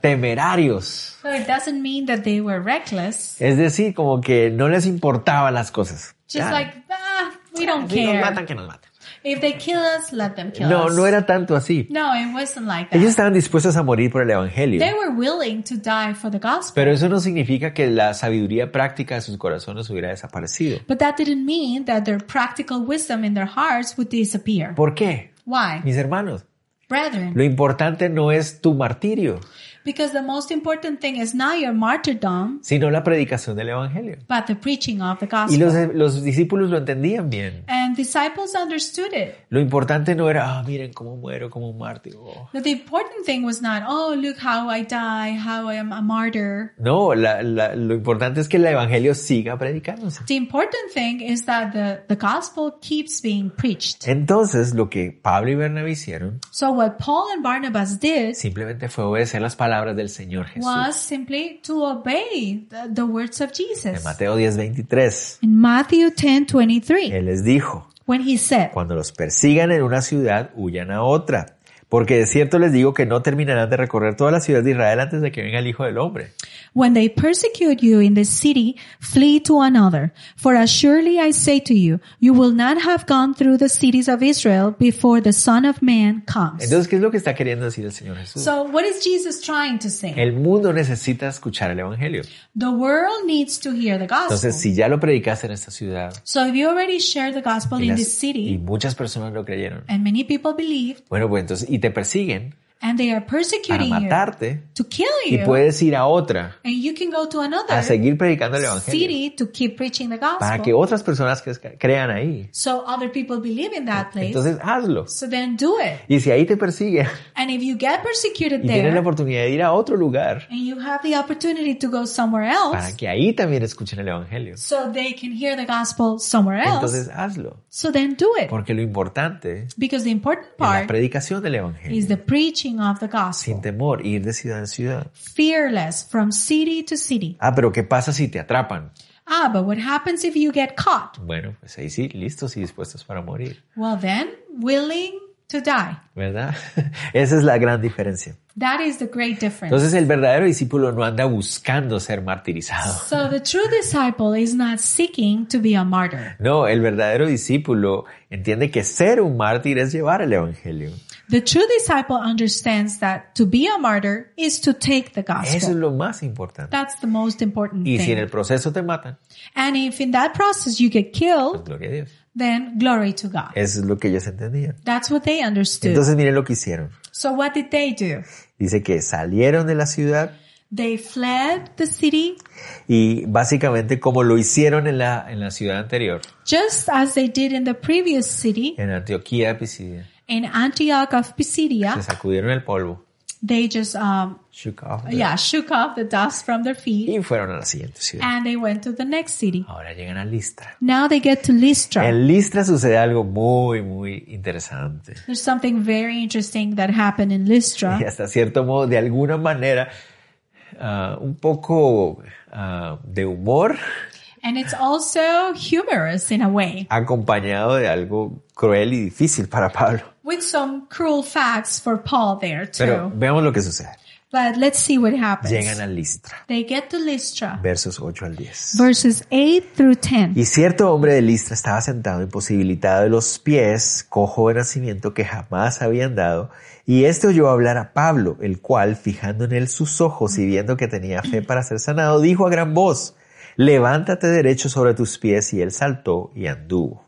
Speaker 1: temerarios.
Speaker 2: So it doesn't mean that they were reckless.
Speaker 1: Es decir, como que no les importaban las cosas.
Speaker 2: Just
Speaker 1: Ah,
Speaker 2: like, ah, we don't
Speaker 1: si nos
Speaker 2: care.
Speaker 1: matan, que nos matan.
Speaker 2: If they kill us, let them kill
Speaker 1: No,
Speaker 2: us.
Speaker 1: no era tanto así.
Speaker 2: No, it wasn't like that.
Speaker 1: Ellos estaban dispuestos a morir por el Evangelio.
Speaker 2: They were willing to die for the gospel.
Speaker 1: Pero eso no significa que la sabiduría práctica de sus corazones hubiera desaparecido.
Speaker 2: But that didn't mean that their practical wisdom in their hearts would disappear.
Speaker 1: ¿Por qué?
Speaker 2: Why?
Speaker 1: Mis hermanos,
Speaker 2: Brethren,
Speaker 1: lo importante no es tu martirio,
Speaker 2: because the most important thing is not your martyrdom,
Speaker 1: sino la predicación del Evangelio.
Speaker 2: but the preaching of the
Speaker 1: Y
Speaker 2: gospel.
Speaker 1: los, los discípulos lo entendían bien.
Speaker 2: And disciples understood it.
Speaker 1: Lo importante no era, ah, miren cómo muero como un mártir. oh.
Speaker 2: That the important thing was not, oh, look how I die, how I am a martyr.
Speaker 1: No, la- la- lo importante es que el Evangelio siga predicándose.
Speaker 2: The important thing is that the, the gospel keeps being preached.
Speaker 1: Entonces, lo que Pablo y Bernabé hicieron
Speaker 2: So what Paul and Barnabas did
Speaker 1: simplemente fue obedecer las palabras del Señor Jesús.
Speaker 2: was simply to obey the, the words of
Speaker 1: En
Speaker 2: Jesus.
Speaker 1: Mateo 10:23,
Speaker 2: In Matthew 10, 23,
Speaker 1: Él les dijo,
Speaker 2: when he said,
Speaker 1: cuando los persigan en una ciudad, huyan a otra. Porque de cierto les digo que no terminarán de recorrer toda la ciudad de Israel antes de que venga el Hijo del Hombre.
Speaker 2: When they persecute you in this city, flee to another. For as surely I say to you, you will not have gone through the cities of Israel before the Son of Man comes.
Speaker 1: Entonces, ¿qué es lo que está queriendo decir el Señor Jesús?
Speaker 2: So what is Jesus trying to say?
Speaker 1: El mundo necesita escuchar el Evangelio.
Speaker 2: The world needs to hear the gospel.
Speaker 1: Entonces, si ya lo predicaste en esta ciudad
Speaker 2: So if you already share the gospel
Speaker 1: y,
Speaker 2: in
Speaker 1: las-
Speaker 2: this
Speaker 1: y
Speaker 2: city,
Speaker 1: muchas personas lo creyeron,
Speaker 2: and many people believe,
Speaker 1: bueno, pues entonces, y te persiguen
Speaker 2: and they are
Speaker 1: para
Speaker 2: persecuting you
Speaker 1: matarte
Speaker 2: to kill
Speaker 1: y
Speaker 2: you,
Speaker 1: puedes ir a otra
Speaker 2: and you can go to
Speaker 1: a
Speaker 2: another
Speaker 1: seguir predicando el Evangelio
Speaker 2: city to keep preaching the
Speaker 1: para que
Speaker 2: gospel,
Speaker 1: otras personas crezca- crean ahí.
Speaker 2: so other people believe in that place.
Speaker 1: Entonces, hazlo.
Speaker 2: So then do it.
Speaker 1: Y si ahí te persiguen
Speaker 2: And if you get persecuted
Speaker 1: y tienes la
Speaker 2: there,
Speaker 1: oportunidad de ir a otro lugar
Speaker 2: and you have the opportunity to go somewhere
Speaker 1: para
Speaker 2: else,
Speaker 1: que ahí también escuchen el Evangelio,
Speaker 2: so they can hear the gospel somewhere else,
Speaker 1: entonces hazlo.
Speaker 2: so then do it.
Speaker 1: Porque lo importante es
Speaker 2: Because the important
Speaker 1: la
Speaker 2: part
Speaker 1: predicación del
Speaker 2: is
Speaker 1: Evangelio.
Speaker 2: the preaching of the
Speaker 1: Sin
Speaker 2: gospel,
Speaker 1: temor, ir de ciudad en ciudad.
Speaker 2: fearless from city to city.
Speaker 1: Ah, pero ¿qué pasa si te atrapan?
Speaker 2: Ah, but what happens if you get caught?
Speaker 1: Bueno, pues ahí sí, listos y dispuestos para morir,
Speaker 2: Well, then, willing to die.
Speaker 1: ¿verdad? Esa es la gran diferencia.
Speaker 2: That is the great difference.
Speaker 1: Entonces el verdadero discípulo no anda buscando ser martirizado.
Speaker 2: So the true disciple is not seeking to be a martyr.
Speaker 1: No, el verdadero discípulo entiende que ser un mártir es llevar el Evangelio.
Speaker 2: The true disciple understands that to be a martyr is to take the
Speaker 1: Eso es
Speaker 2: gospel.
Speaker 1: lo más importante.
Speaker 2: That's the most important
Speaker 1: Y si en
Speaker 2: thing.
Speaker 1: el proceso te matan,
Speaker 2: And if in that process you get
Speaker 1: pues
Speaker 2: killed,
Speaker 1: gloria a Dios.
Speaker 2: then glory to God.
Speaker 1: Eso es lo que ellos entendían.
Speaker 2: That's what they understood.
Speaker 1: Entonces miren lo que hicieron.
Speaker 2: So what did they do?
Speaker 1: Dice que salieron de la ciudad
Speaker 2: They fled the city
Speaker 1: y básicamente como lo hicieron en la, en la ciudad anterior,
Speaker 2: just as they did in the previous city
Speaker 1: en Antioquía, Pisidia,
Speaker 2: in Antioch of
Speaker 1: se
Speaker 2: Pisidia.
Speaker 1: sacudieron el polvo
Speaker 2: they just, um,
Speaker 1: Shook off the-
Speaker 2: yeah, shook off the dust from their feet
Speaker 1: Y fueron a la siguiente ciudad.
Speaker 2: and they went to the next city.
Speaker 1: Ahora llegan a Listra.
Speaker 2: Now they get to Lystra.
Speaker 1: En Listra sucede algo muy, muy interesante.
Speaker 2: There's something very interesting that happened in Lystra.
Speaker 1: Y hasta cierto modo, de alguna manera, ah, un poco ah, de humor
Speaker 2: And it's also humorous in a way,
Speaker 1: acompañado de algo cruel y difícil para Pablo.
Speaker 2: with some cruel facts for Paul there too.
Speaker 1: Pero veamos lo que sucede.
Speaker 2: but let's see what happens.
Speaker 1: Llegan a Listra,
Speaker 2: They get to Lystra,
Speaker 1: versos 8 al 10.
Speaker 2: verses 8 through 10.
Speaker 1: Y cierto hombre de Listra estaba sentado imposibilitado de los pies, cojo de nacimiento que jamás había andado, y este oyó hablar a Pablo, el cual, fijando en él sus ojos y viendo que tenía fe para ser sanado, dijo a gran voz, levántate derecho sobre tus pies, y él saltó y anduvo.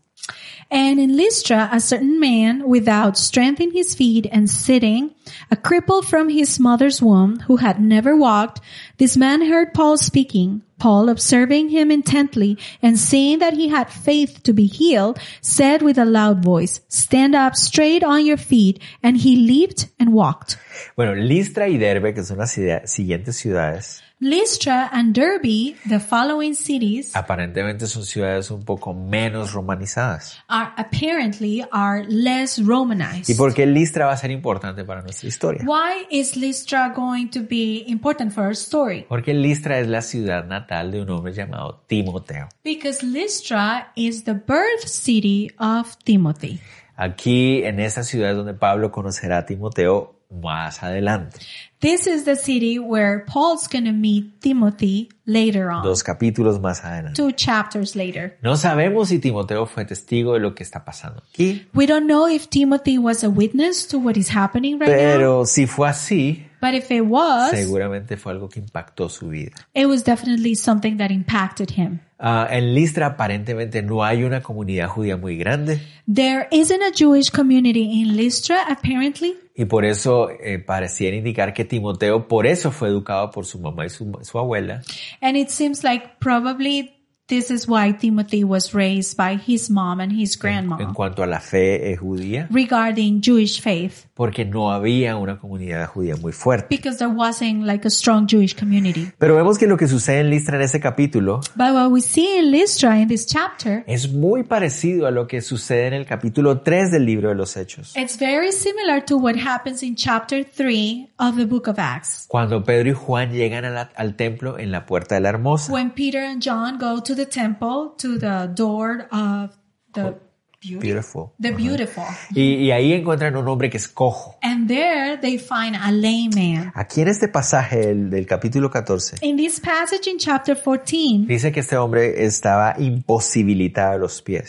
Speaker 2: And in Lystra, a certain man without strength in his feet and sitting, a cripple from his mother's womb, who had never walked, this man heard Paul speaking. Paul, observing him intently and seeing that he had faith to be healed, said with a loud voice, stand up straight on your feet. And he leaped and walked.
Speaker 1: Bueno, Listra y Derbe, que son las idea- siguientes ciudades,
Speaker 2: Lystra and Derbe, the following cities,
Speaker 1: aparentemente son ciudades un poco menos romanizadas.
Speaker 2: are apparently are less
Speaker 1: ¿Y
Speaker 2: Romanized.
Speaker 1: por qué Listra va a ser importante para nuestra historia?
Speaker 2: Why is Lystra going to be important for our story?
Speaker 1: Porque Listra es la ciudad natal de un hombre llamado Timoteo.
Speaker 2: Because Lystra is the birth city of Timothy.
Speaker 1: Aquí en esta ciudad es donde Pablo conocerá a Timoteo más adelante,
Speaker 2: This is the city where Paul's going to meet Timothy later on,
Speaker 1: dos capítulos más adelante.
Speaker 2: two chapters later.
Speaker 1: No sabemos si Timoteo fue testigo de lo que está pasando aquí,
Speaker 2: We don't know if Timothy was a witness to what is happening right now,
Speaker 1: pero si fue así,
Speaker 2: but if it was,
Speaker 1: seguramente fue algo que impactó su vida.
Speaker 2: it was definitely something that impacted him.
Speaker 1: Ah, en Listra aparentemente no hay una comunidad judía muy grande
Speaker 2: There isn't a Jewish community in Lystra, apparently,
Speaker 1: y por eso eh, pareciera indicar que Timoteo por eso fue educado por su mamá y su, su abuela
Speaker 2: And it seems like probably this is why Timothy was raised by his mom and his
Speaker 1: en
Speaker 2: grandma
Speaker 1: cuanto a la fe eh, judía,
Speaker 2: regarding Jewish faith
Speaker 1: porque no había una comunidad judía muy fuerte.
Speaker 2: because there wasn't like a strong Jewish community.
Speaker 1: Pero vemos que lo que sucede en Listra en ese capítulo
Speaker 2: But what we see in Lystra in this chapter,
Speaker 1: es muy parecido a lo que sucede en el capítulo 3 del libro de los Hechos,
Speaker 2: it's very similar to what happens in chapter 3 of the book of Acts.
Speaker 1: cuando Pedro y Juan llegan a la- al templo en la puerta de la hermosa.
Speaker 2: When Peter and John go to the temple, to the door of the beauty,
Speaker 1: Beautiful.
Speaker 2: the beautiful.
Speaker 1: Y, y ahí encuentran un hombre que es cojo.
Speaker 2: And there they find a lame man.
Speaker 1: Aquí en este pasaje del, del capítulo 14
Speaker 2: In this passage in chapter 14,
Speaker 1: dice que este hombre estaba imposibilitado a los pies.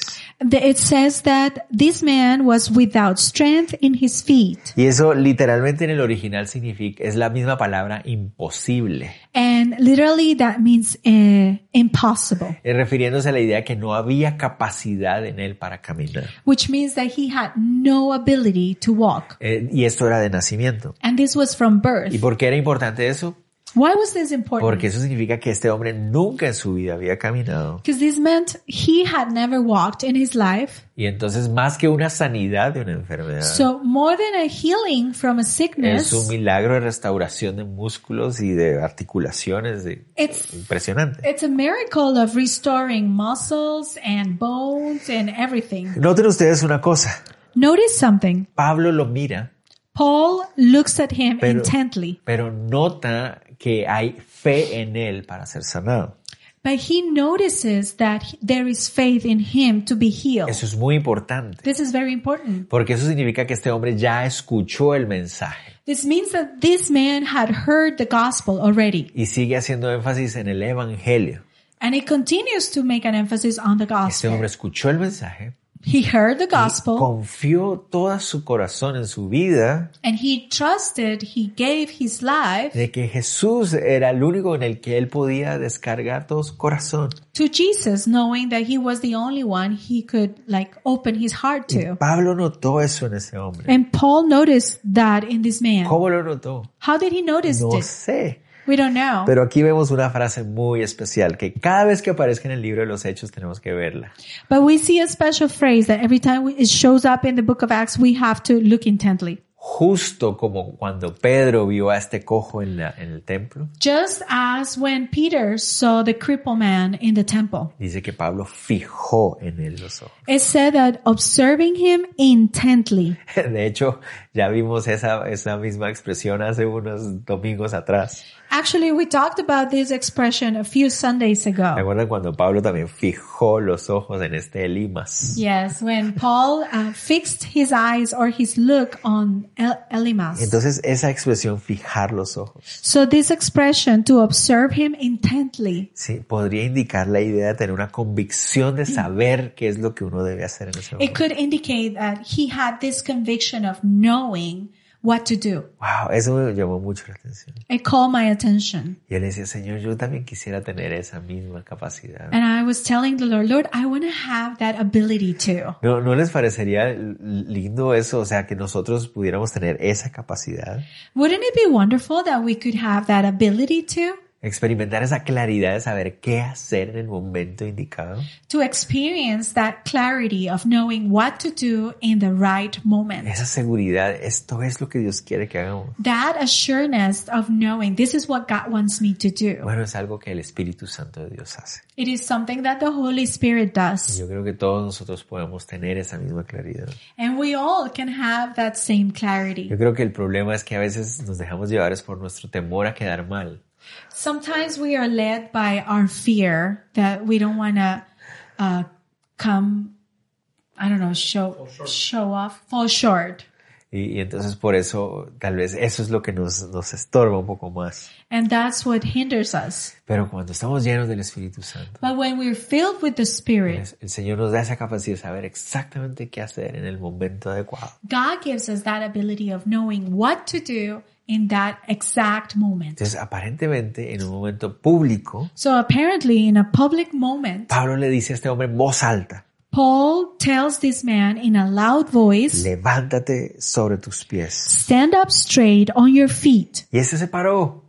Speaker 2: The- It says that this man was without strength in his feet.
Speaker 1: Y eso literalmente en el original significa, es la misma palabra imposible,
Speaker 2: And literally that means uh, impossible,
Speaker 1: eh, refiriéndose a la idea que no había capacidad en él para caminar.
Speaker 2: which means that he had no ability to walk.
Speaker 1: Eh, y esto era de nacimiento.
Speaker 2: And this was from
Speaker 1: ¿Y
Speaker 2: birth.
Speaker 1: por qué era importante eso?
Speaker 2: Why was this
Speaker 1: Porque
Speaker 2: important?
Speaker 1: eso significa que este hombre nunca en su vida había caminado.
Speaker 2: Because this meant he had never walked in his life.
Speaker 1: Y entonces, más que una sanidad de una enfermedad,
Speaker 2: So more than a healing from a
Speaker 1: es un
Speaker 2: sickness,
Speaker 1: milagro de restauración de músculos y de articulaciones de-
Speaker 2: It's-
Speaker 1: impresionante.
Speaker 2: it's a miracle of restoring muscles and bones and everything.
Speaker 1: Noten ustedes una cosa.
Speaker 2: Notice something.
Speaker 1: Pablo lo mira,
Speaker 2: Paul looks at him
Speaker 1: Pero-
Speaker 2: intently.
Speaker 1: pero nota que hay fe en él para ser sanado.
Speaker 2: But he notices that he- there is faith in him to be healed.
Speaker 1: Eso es muy importante.
Speaker 2: This is very important.
Speaker 1: Porque eso significa que este hombre ya escuchó el mensaje
Speaker 2: This means that this man had heard the gospel already.
Speaker 1: y sigue haciendo énfasis en el evangelio.
Speaker 2: And he continues to make an emphasis on the
Speaker 1: Este
Speaker 2: gospel.
Speaker 1: hombre escuchó el mensaje,
Speaker 2: He heard the gospel
Speaker 1: confió todo su corazón en su vida
Speaker 2: and he trusted, he gave his life
Speaker 1: de que Jesús era el único en el que él podía descargar todo su corazón.
Speaker 2: to Jesus, knowing that he was the only one he could like open his heart to.
Speaker 1: Pablo notó eso en ese hombre.
Speaker 2: And Paul noticed that in this man.
Speaker 1: ¿Cómo lo notó?
Speaker 2: How did he notice
Speaker 1: No
Speaker 2: this?
Speaker 1: sé.
Speaker 2: We don't know.
Speaker 1: Pero aquí vemos una frase muy especial que cada vez que aparezca en el libro de los Hechos tenemos que verla.
Speaker 2: But we see a special phrase that every time we- it shows up in the book of Acts, we have to look intently.
Speaker 1: justo como cuando Pedro vio a este cojo en, la- en el templo?
Speaker 2: Just as when Peter saw the crippled man in the temple,
Speaker 1: Dice que Pablo fijó en él los ojos.
Speaker 2: it said that observing him intently.
Speaker 1: De hecho, ya vimos esa, esa misma expresión hace unos domingos atrás.
Speaker 2: Actually, we talked about this expression a few Sundays
Speaker 1: ¿Se
Speaker 2: ago.
Speaker 1: acuerdan cuando Pablo también fijó los ojos en este Elimas?
Speaker 2: Yes, when Paul uh, fixed his eyes or his look on El- Elimas.
Speaker 1: Entonces, esa expresión fijar los ojos,
Speaker 2: So this expression to observe him intently,
Speaker 1: sí, podría indicar la idea de tener una convicción de saber qué es lo que uno debe hacer en ese
Speaker 2: it
Speaker 1: momento.
Speaker 2: could indicate that he had this conviction of knowing what to do.
Speaker 1: Wow, eso me llamó mucho la atención.
Speaker 2: It called my attention.
Speaker 1: Y él decía, Señor, yo también quisiera tener esa misma capacidad.
Speaker 2: And I was telling the Lord, Lord, I want to have that ability too.
Speaker 1: ¿No, ¿No les parecería l- lindo eso? O sea, que nosotros pudiéramos tener esa capacidad,
Speaker 2: Wouldn't it be wonderful that we could have that ability too?
Speaker 1: experimentar esa claridad de saber qué hacer en el momento indicado.
Speaker 2: To experience that clarity of knowing what to do in the right moment.
Speaker 1: Esa seguridad, esto es lo que Dios quiere que hagamos.
Speaker 2: That assurance of knowing this is what God wants me to do.
Speaker 1: Bueno, es algo que el Espíritu Santo de Dios hace.
Speaker 2: It is something that the Holy Spirit
Speaker 1: Y
Speaker 2: does.
Speaker 1: Yo creo que todos nosotros podemos tener esa misma claridad.
Speaker 2: And we all can have that same clarity.
Speaker 1: Yo creo que el problema es que a veces nos dejamos llevar es por nuestro temor a quedar mal.
Speaker 2: Sometimes we are led by our fear that we don't want to uh, come, I don't know, show, show off, fall short.
Speaker 1: Y, y entonces por eso, tal vez eso es lo que nos, nos estorba un poco más.
Speaker 2: And that's what hinders us.
Speaker 1: Pero cuando estamos llenos del Espíritu Santo,
Speaker 2: But when we're filled with the Spirit,
Speaker 1: Es- El Señor nos da esa capacidad de saber exactamente qué hacer en el momento adecuado.
Speaker 2: God gives us that ability of knowing what to do in that exact moment.
Speaker 1: Entonces, aparentemente, en un momento público,
Speaker 2: So apparently, in a public moment,
Speaker 1: Pablo le dice a este hombre en voz alta,
Speaker 2: Paul tells this man in a loud voice,
Speaker 1: levántate sobre tus pies.
Speaker 2: Stand up straight on your feet.
Speaker 1: Y ese se paró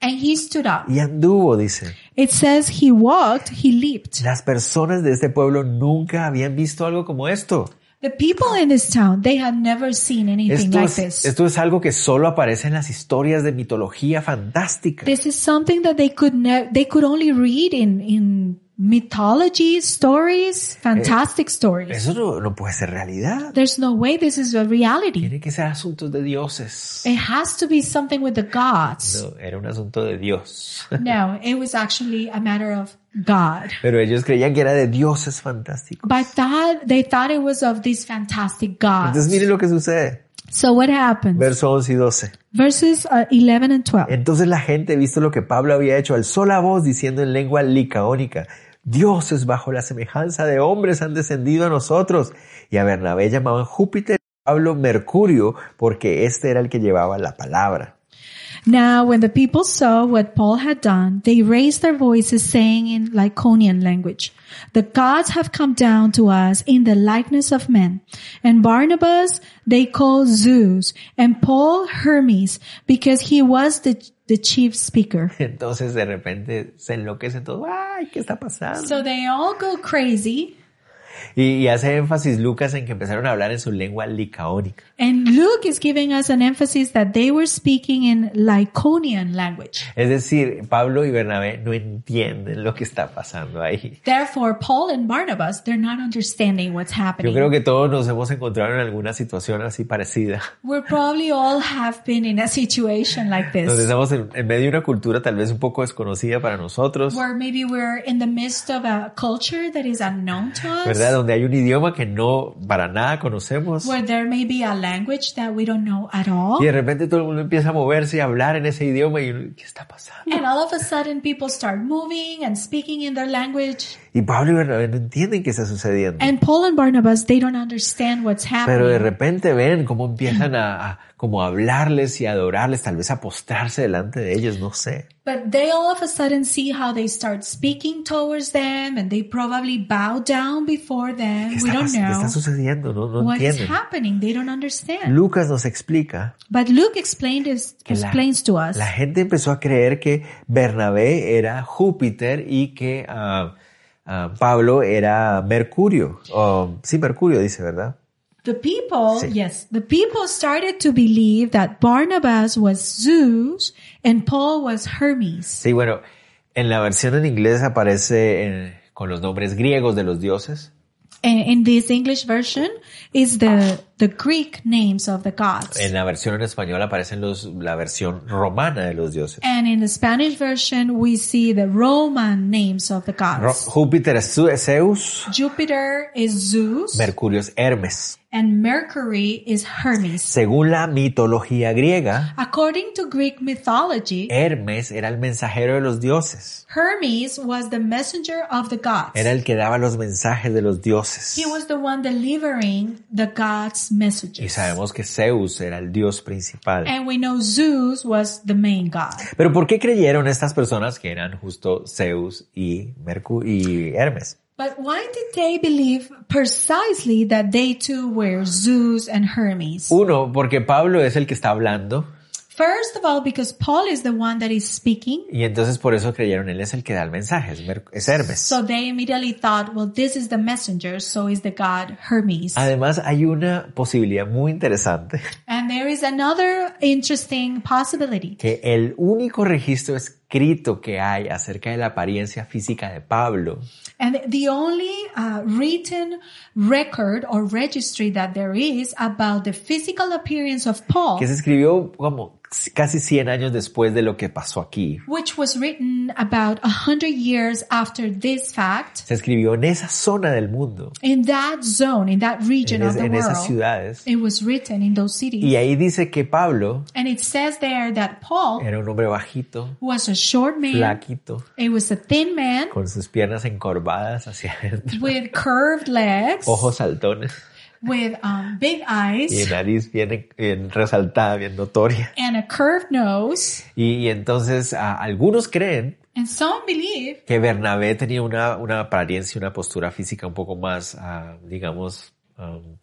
Speaker 2: And he stood up.
Speaker 1: y anduvo, dice.
Speaker 2: It says he walked, he leaped.
Speaker 1: Las personas de este pueblo nunca habían visto algo como esto.
Speaker 2: The people in this town, they had never seen anything
Speaker 1: Esto
Speaker 2: like
Speaker 1: es,
Speaker 2: this.
Speaker 1: esto es algo que solo aparece en las historias de mitología fantástica.
Speaker 2: This is something that they could ne- they could only read in in mythology stories, fantastic stories.
Speaker 1: Eso no, no puede ser realidad.
Speaker 2: There's no way this is a reality.
Speaker 1: Tiene que ser asuntos de dioses.
Speaker 2: It has to be something with the gods.
Speaker 1: No, era un asunto de Dios.
Speaker 2: No, it was actually a matter of God.
Speaker 1: Pero ellos creían que era de dioses fantásticos.
Speaker 2: But that they thought it was of these fantastic gods.
Speaker 1: Entonces miren lo que sucede.
Speaker 2: So what happened?
Speaker 1: Verso 11 y 12.
Speaker 2: Verses uh, 11 and 12.
Speaker 1: Entonces la gente, visto lo que Pablo había hecho, alzó la voz diciendo en lengua licaónica, dioses bajo la semejanza de hombres han descendido a nosotros. Y a Bernabé llamaban Júpiter, a Pablo Mercurio, porque este era el que llevaba la palabra.
Speaker 2: Now, when the people saw what Paul had done, they raised their voices saying in Lyconian language, the gods have come down to us in the likeness of men. And Barnabas they called Zeus and Paul Hermes because he was the, the chief speaker.
Speaker 1: Entonces de repente se enloquece todo, ay, ¿qué está pasando?
Speaker 2: So they all go crazy.
Speaker 1: Y, y hace énfasis Lucas en que empezaron a hablar en su lengua licaónica.
Speaker 2: And Luke is giving us an emphasis that they were speaking in Lyconian language.
Speaker 1: Es decir, Pablo y Bernabé no entienden lo que está pasando ahí.
Speaker 2: Therefore, Paul and Barnabas, they're not understanding what's
Speaker 1: Yo
Speaker 2: happening.
Speaker 1: creo que todos nos hemos encontrado en alguna situación así parecida,
Speaker 2: We probably all have been in a situation like
Speaker 1: donde
Speaker 2: this,
Speaker 1: estamos en, en medio de una cultura tal vez un poco desconocida para nosotros,
Speaker 2: where maybe we're in the midst of a culture that is unknown to
Speaker 1: ¿verdad?
Speaker 2: us,
Speaker 1: Donde hay un idioma que no para nada conocemos
Speaker 2: where there may be a language that we don't know at all.
Speaker 1: y de repente todo el mundo empieza a moverse y a hablar en ese idioma y uno, ¿qué está pasando?
Speaker 2: And all of a sudden, people start moving and speaking in their language.
Speaker 1: Y Pablo y Bernabé no entienden qué está sucediendo,
Speaker 2: And Paul and Barnabas, they don't understand what's
Speaker 1: pero de
Speaker 2: happening.
Speaker 1: repente ven cómo empiezan a, a- como a hablarles y a adorarles, tal vez a postrarse delante de ellos, no sé.
Speaker 2: But they all of a sudden see how they start speaking towards them and they probably bow down before
Speaker 1: ¿Qué
Speaker 2: them. We
Speaker 1: está,
Speaker 2: don't
Speaker 1: pas- qué
Speaker 2: know
Speaker 1: está sucediendo? No, no
Speaker 2: what's
Speaker 1: entienden.
Speaker 2: happening. They don't understand.
Speaker 1: Lucas nos explica
Speaker 2: But Luke explained this,
Speaker 1: que la-
Speaker 2: explains to us
Speaker 1: La gente empezó a creer que Bernabé era Júpiter y que ah, ah, Pablo era Mercurio. O, sí, Mercurio dice, ¿verdad?
Speaker 2: The people,
Speaker 1: Sí.
Speaker 2: yes, the people started to believe that Barnabas was Zeus and Paul was Hermes.
Speaker 1: Sí, bueno, en la versión en inglés aparece en- con los nombres griegos de los dioses.
Speaker 2: And in this English version is the the Greek names of the gods.
Speaker 1: En la versión en español aparecen los, la versión romana de los dioses.
Speaker 2: And in the Spanish version, we see the Roman names of the
Speaker 1: Ro-
Speaker 2: gods.
Speaker 1: Júpiter es Zu- Zeus,
Speaker 2: Jupiter is Zeus
Speaker 1: Mercurio es Hermes.
Speaker 2: and Mercury is Hermes.
Speaker 1: Según la mitología griega,
Speaker 2: According to Greek mythology,
Speaker 1: Hermes era el mensajero de los dioses.
Speaker 2: Hermes was the messenger of the gods.
Speaker 1: Era el que daba los mensajes de los dioses.
Speaker 2: He was the one delivering the gods'
Speaker 1: Y
Speaker 2: messages.
Speaker 1: sabemos que Zeus era el dios principal.
Speaker 2: And we know Zeus was the main god.
Speaker 1: Pero ¿por qué creyeron estas personas que eran justo Zeus y, Mercu y Hermes?
Speaker 2: But why did they believe precisely that they too were Zeus and Hermes?
Speaker 1: Uno, porque Pablo es el que está hablando
Speaker 2: First of all, because Paul is the one that is speaking.
Speaker 1: y entonces por eso creyeron, él es el que da el mensaje, es, Mer- es Hermes.
Speaker 2: So they immediately thought, well, this is the messenger, so is the god Hermes.
Speaker 1: Además hay una posibilidad muy interesante,
Speaker 2: And there is another interesting possibility
Speaker 1: que el único registro escrito que hay acerca de la apariencia física de Pablo
Speaker 2: And the only uh, written record or registry that there is about the physical appearance of Paul,
Speaker 1: que se escribió como casi 100 años después de lo que pasó aquí.
Speaker 2: which was written about a hundred years after this fact,
Speaker 1: Se escribió en esa zona del mundo,
Speaker 2: in that zone, in that region
Speaker 1: en, es-
Speaker 2: of the
Speaker 1: en esas
Speaker 2: world,
Speaker 1: ciudades.
Speaker 2: it was written in those cities.
Speaker 1: Y ahí dice que Pablo
Speaker 2: And it says there that Paul
Speaker 1: era un hombre bajito,
Speaker 2: was a short man.
Speaker 1: flaquito,
Speaker 2: It was a thin man
Speaker 1: con sus piernas encorvadas hacia adentro,
Speaker 2: with curved legs,
Speaker 1: ojos saltones
Speaker 2: with um, big
Speaker 1: y
Speaker 2: eyes,
Speaker 1: nariz bien, bien resaltada, bien notoria.
Speaker 2: and a curved nose.
Speaker 1: Y, y entonces a- algunos creen
Speaker 2: And some believe
Speaker 1: que Bernabé tenía una, una apariencia, una postura física un poco más, ah, digamos, am,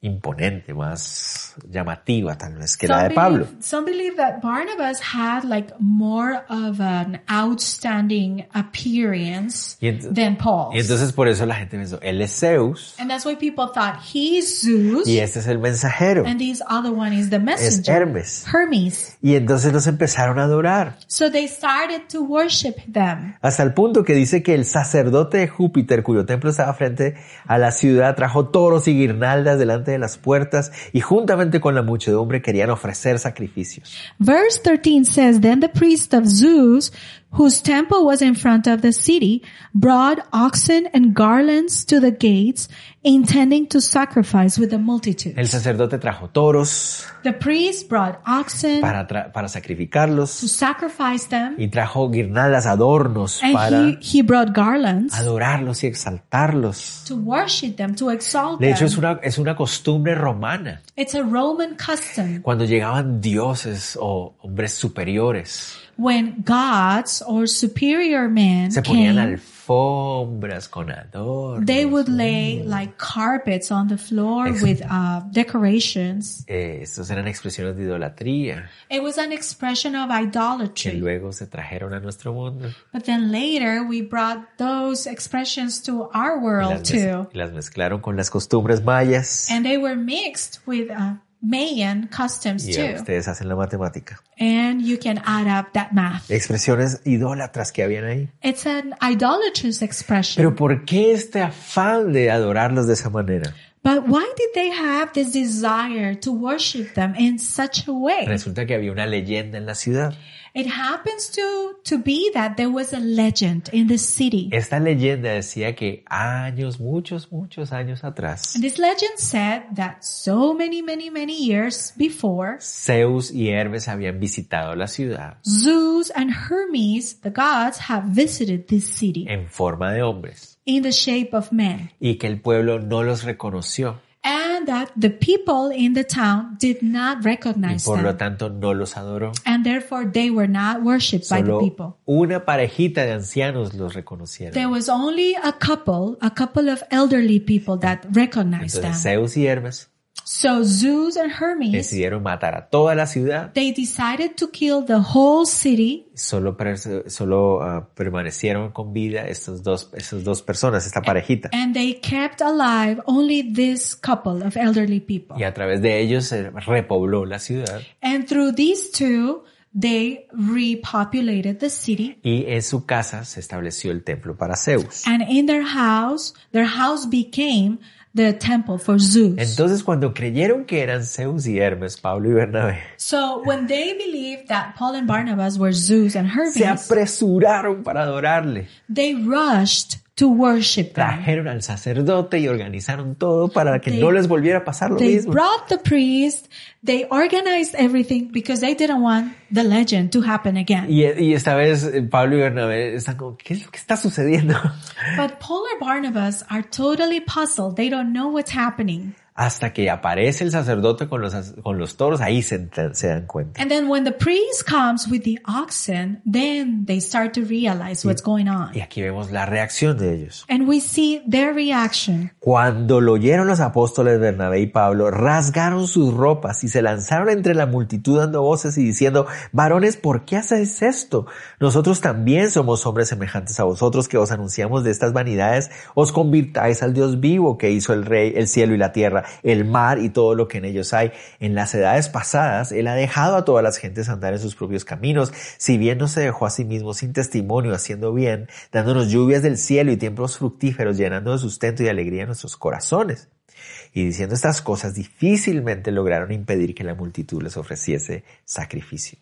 Speaker 1: imponente, más llamativa tal vez que la de Pablo.
Speaker 2: Believe, some believe that Barnabas had like more of an outstanding appearance
Speaker 1: Y, ent-
Speaker 2: than Paul.
Speaker 1: y entonces por eso la gente pensó, él es Zeus
Speaker 2: and that's why people thought he's Zeus
Speaker 1: y este es el mensajero,
Speaker 2: and this other one is the
Speaker 1: es
Speaker 2: messenger,
Speaker 1: Hermes.
Speaker 2: Hermes.
Speaker 1: Y entonces los empezaron a adorar.
Speaker 2: So they started to worship them.
Speaker 1: Hasta el punto que dice que el sacerdote de Júpiter, cuyo templo estaba frente a la ciudad, trajo toros y guirnaldas delante de las puertas y juntamente con la muchedumbre querían ofrecer sacrificios.
Speaker 2: Verse 13 says, Then the priest of Zeus, whose temple was in front of the city, brought oxen and garlands to the gates, intending to sacrifice with the multitude.
Speaker 1: El sacerdote trajo toros
Speaker 2: The priest brought oxen
Speaker 1: para, tra- para
Speaker 2: to
Speaker 1: sacrificarlos
Speaker 2: sacrifice them,
Speaker 1: y trajo guirnaldas, adornos
Speaker 2: and
Speaker 1: para
Speaker 2: he, he brought garlands
Speaker 1: adorarlos y exaltarlos.
Speaker 2: to worship them, to exalt
Speaker 1: De hecho, es
Speaker 2: them.
Speaker 1: una, es una costumbre romana.
Speaker 2: It's a Roman custom
Speaker 1: Cuando llegaban dioses o hombres superiores,
Speaker 2: when gods or superior men
Speaker 1: se ponían
Speaker 2: came,
Speaker 1: alfombras con adornos.
Speaker 2: they would lay like carpets on the floor
Speaker 1: Ex-
Speaker 2: with uh, decorations.
Speaker 1: Eh, estas eran expresiones de idolatría
Speaker 2: It was an expression of
Speaker 1: que
Speaker 2: idolatry.
Speaker 1: luego se trajeron a nuestro mundo.
Speaker 2: But then later we brought those expressions to our
Speaker 1: Y
Speaker 2: world
Speaker 1: las, mez-
Speaker 2: too.
Speaker 1: y las mezclaron con las costumbres mayas.
Speaker 2: And they were mixed with uh, Mayan customs
Speaker 1: Y ya
Speaker 2: too.
Speaker 1: ustedes hacen la matemática.
Speaker 2: And you can add up that math.
Speaker 1: Expresiones idólatras que habían ahí.
Speaker 2: It's an idolatrous expression.
Speaker 1: Pero ¿por qué este afán de adorarlos de esa manera?
Speaker 2: but why did they have this desire to worship them in such a way?
Speaker 1: Resulta que había una leyenda en la ciudad.
Speaker 2: It happens to, to be that there was a legend in the city.
Speaker 1: Esta leyenda decía que años, muchos, muchos años atrás,
Speaker 2: This legend said that so many, many, many years before,
Speaker 1: Zeus y Hermes habían visitado la ciudad
Speaker 2: Zeus and Hermes, the gods, have visited this city
Speaker 1: en forma de hombres
Speaker 2: in the shape of men.
Speaker 1: y que el pueblo no los reconoció
Speaker 2: And that the people in the town did not
Speaker 1: y
Speaker 2: recognize
Speaker 1: por
Speaker 2: them.
Speaker 1: lo tanto no los adoró.
Speaker 2: and therefore they were not worshipped by the
Speaker 1: Solo
Speaker 2: people.
Speaker 1: una parejita de ancianos los
Speaker 2: There
Speaker 1: reconocieron.
Speaker 2: was only a couple, a couple of elderly people that recognized
Speaker 1: Entonces
Speaker 2: them.
Speaker 1: Zeus y Hermes
Speaker 2: So Zeus and Hermes,
Speaker 1: decidieron matar a toda la ciudad,
Speaker 2: they decided to kill the whole city
Speaker 1: solo, perse- solo ah, permanecieron con vida estas dos, estas dos personas, esta parejita.
Speaker 2: and they kept alive only this couple of elderly people.
Speaker 1: Y a través de ellos se repobló la ciudad
Speaker 2: And through these two, they repopulated the city.
Speaker 1: y en su casa se estableció el templo para Zeus.
Speaker 2: And in their house, their house became the temple for Zeus.
Speaker 1: Entonces cuando creyeron que eran Zeus y Hermes, Pablo y Bernabé,
Speaker 2: So when they believed that Paul and Barnabas were Zeus and
Speaker 1: se
Speaker 2: Hermes,
Speaker 1: apresuraron para adorarle.
Speaker 2: they rushed to worship them.
Speaker 1: Trajeron al sacerdote y organizaron todo para que
Speaker 2: They-
Speaker 1: no les volviera a pasar lo
Speaker 2: They
Speaker 1: mismo.
Speaker 2: brought the priest, they organized everything because they didn't want the legend to happen again.
Speaker 1: Y, y esta vez eh, Pablo y Bernabé están como, ¿qué es lo que está sucediendo?
Speaker 2: But Paul and Barnabas are totally puzzled. They don't know what's happening.
Speaker 1: Hasta que aparece el sacerdote con los, as- con los toros, ahí se, ent- se dan cuenta.
Speaker 2: And then when the priest comes with the oxen, then they start to realize what's going on.
Speaker 1: Y aquí vemos la reacción de ellos.
Speaker 2: And we see their reaction.
Speaker 1: Cuando lo oyeron los apóstoles Bernabé y Pablo, rasgaron sus ropas y se lanzaron entre la multitud dando voces y diciendo, varones, ¿por qué hacéis esto? Nosotros también somos hombres semejantes a vosotros que os anunciamos de estas vanidades, os convirtáis al Dios vivo que hizo el rey, el cielo y la tierra, el mar y todo lo que en ellos hay. En las edades pasadas, él ha dejado a todas las gentes andar en sus propios caminos, si bien no se dejó a sí mismo sin testimonio, haciendo bien, dándonos lluvias del cielo y tiempos fructíferos, llenando de sustento y de alegría nuestros corazones. Y diciendo estas cosas, difícilmente lograron impedir que la multitud les ofreciese sacrificio.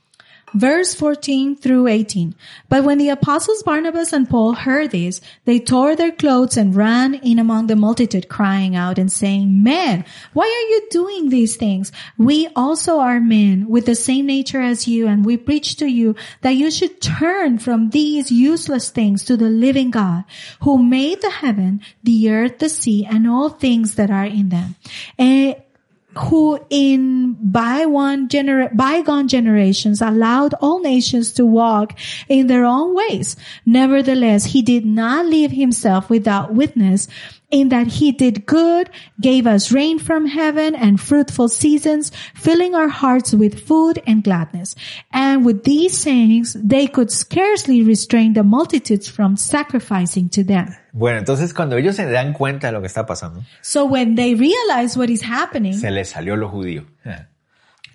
Speaker 2: Verse 14 through 18. But when the apostles Barnabas and Paul heard this, they tore their clothes and ran in among the multitude, crying out and saying, Men, why are you doing these things? We also are men with the same nature as you, and we preach to you that you should turn from these useless things to the living God, who made the heaven, the earth, the sea, and all things that are in them. Eh, who in by one gener- bygone generations allowed all nations to walk in their own ways. Nevertheless, he did not leave himself without witness in that he did good, gave us rain from heaven and fruitful seasons, filling our hearts with food and gladness. And with these sayings, they could scarcely restrain the multitudes from sacrificing to them.
Speaker 1: Bueno, entonces cuando ellos se dan cuenta de lo que está pasando,
Speaker 2: So when they realize what is happening,
Speaker 1: se les salió lo judío.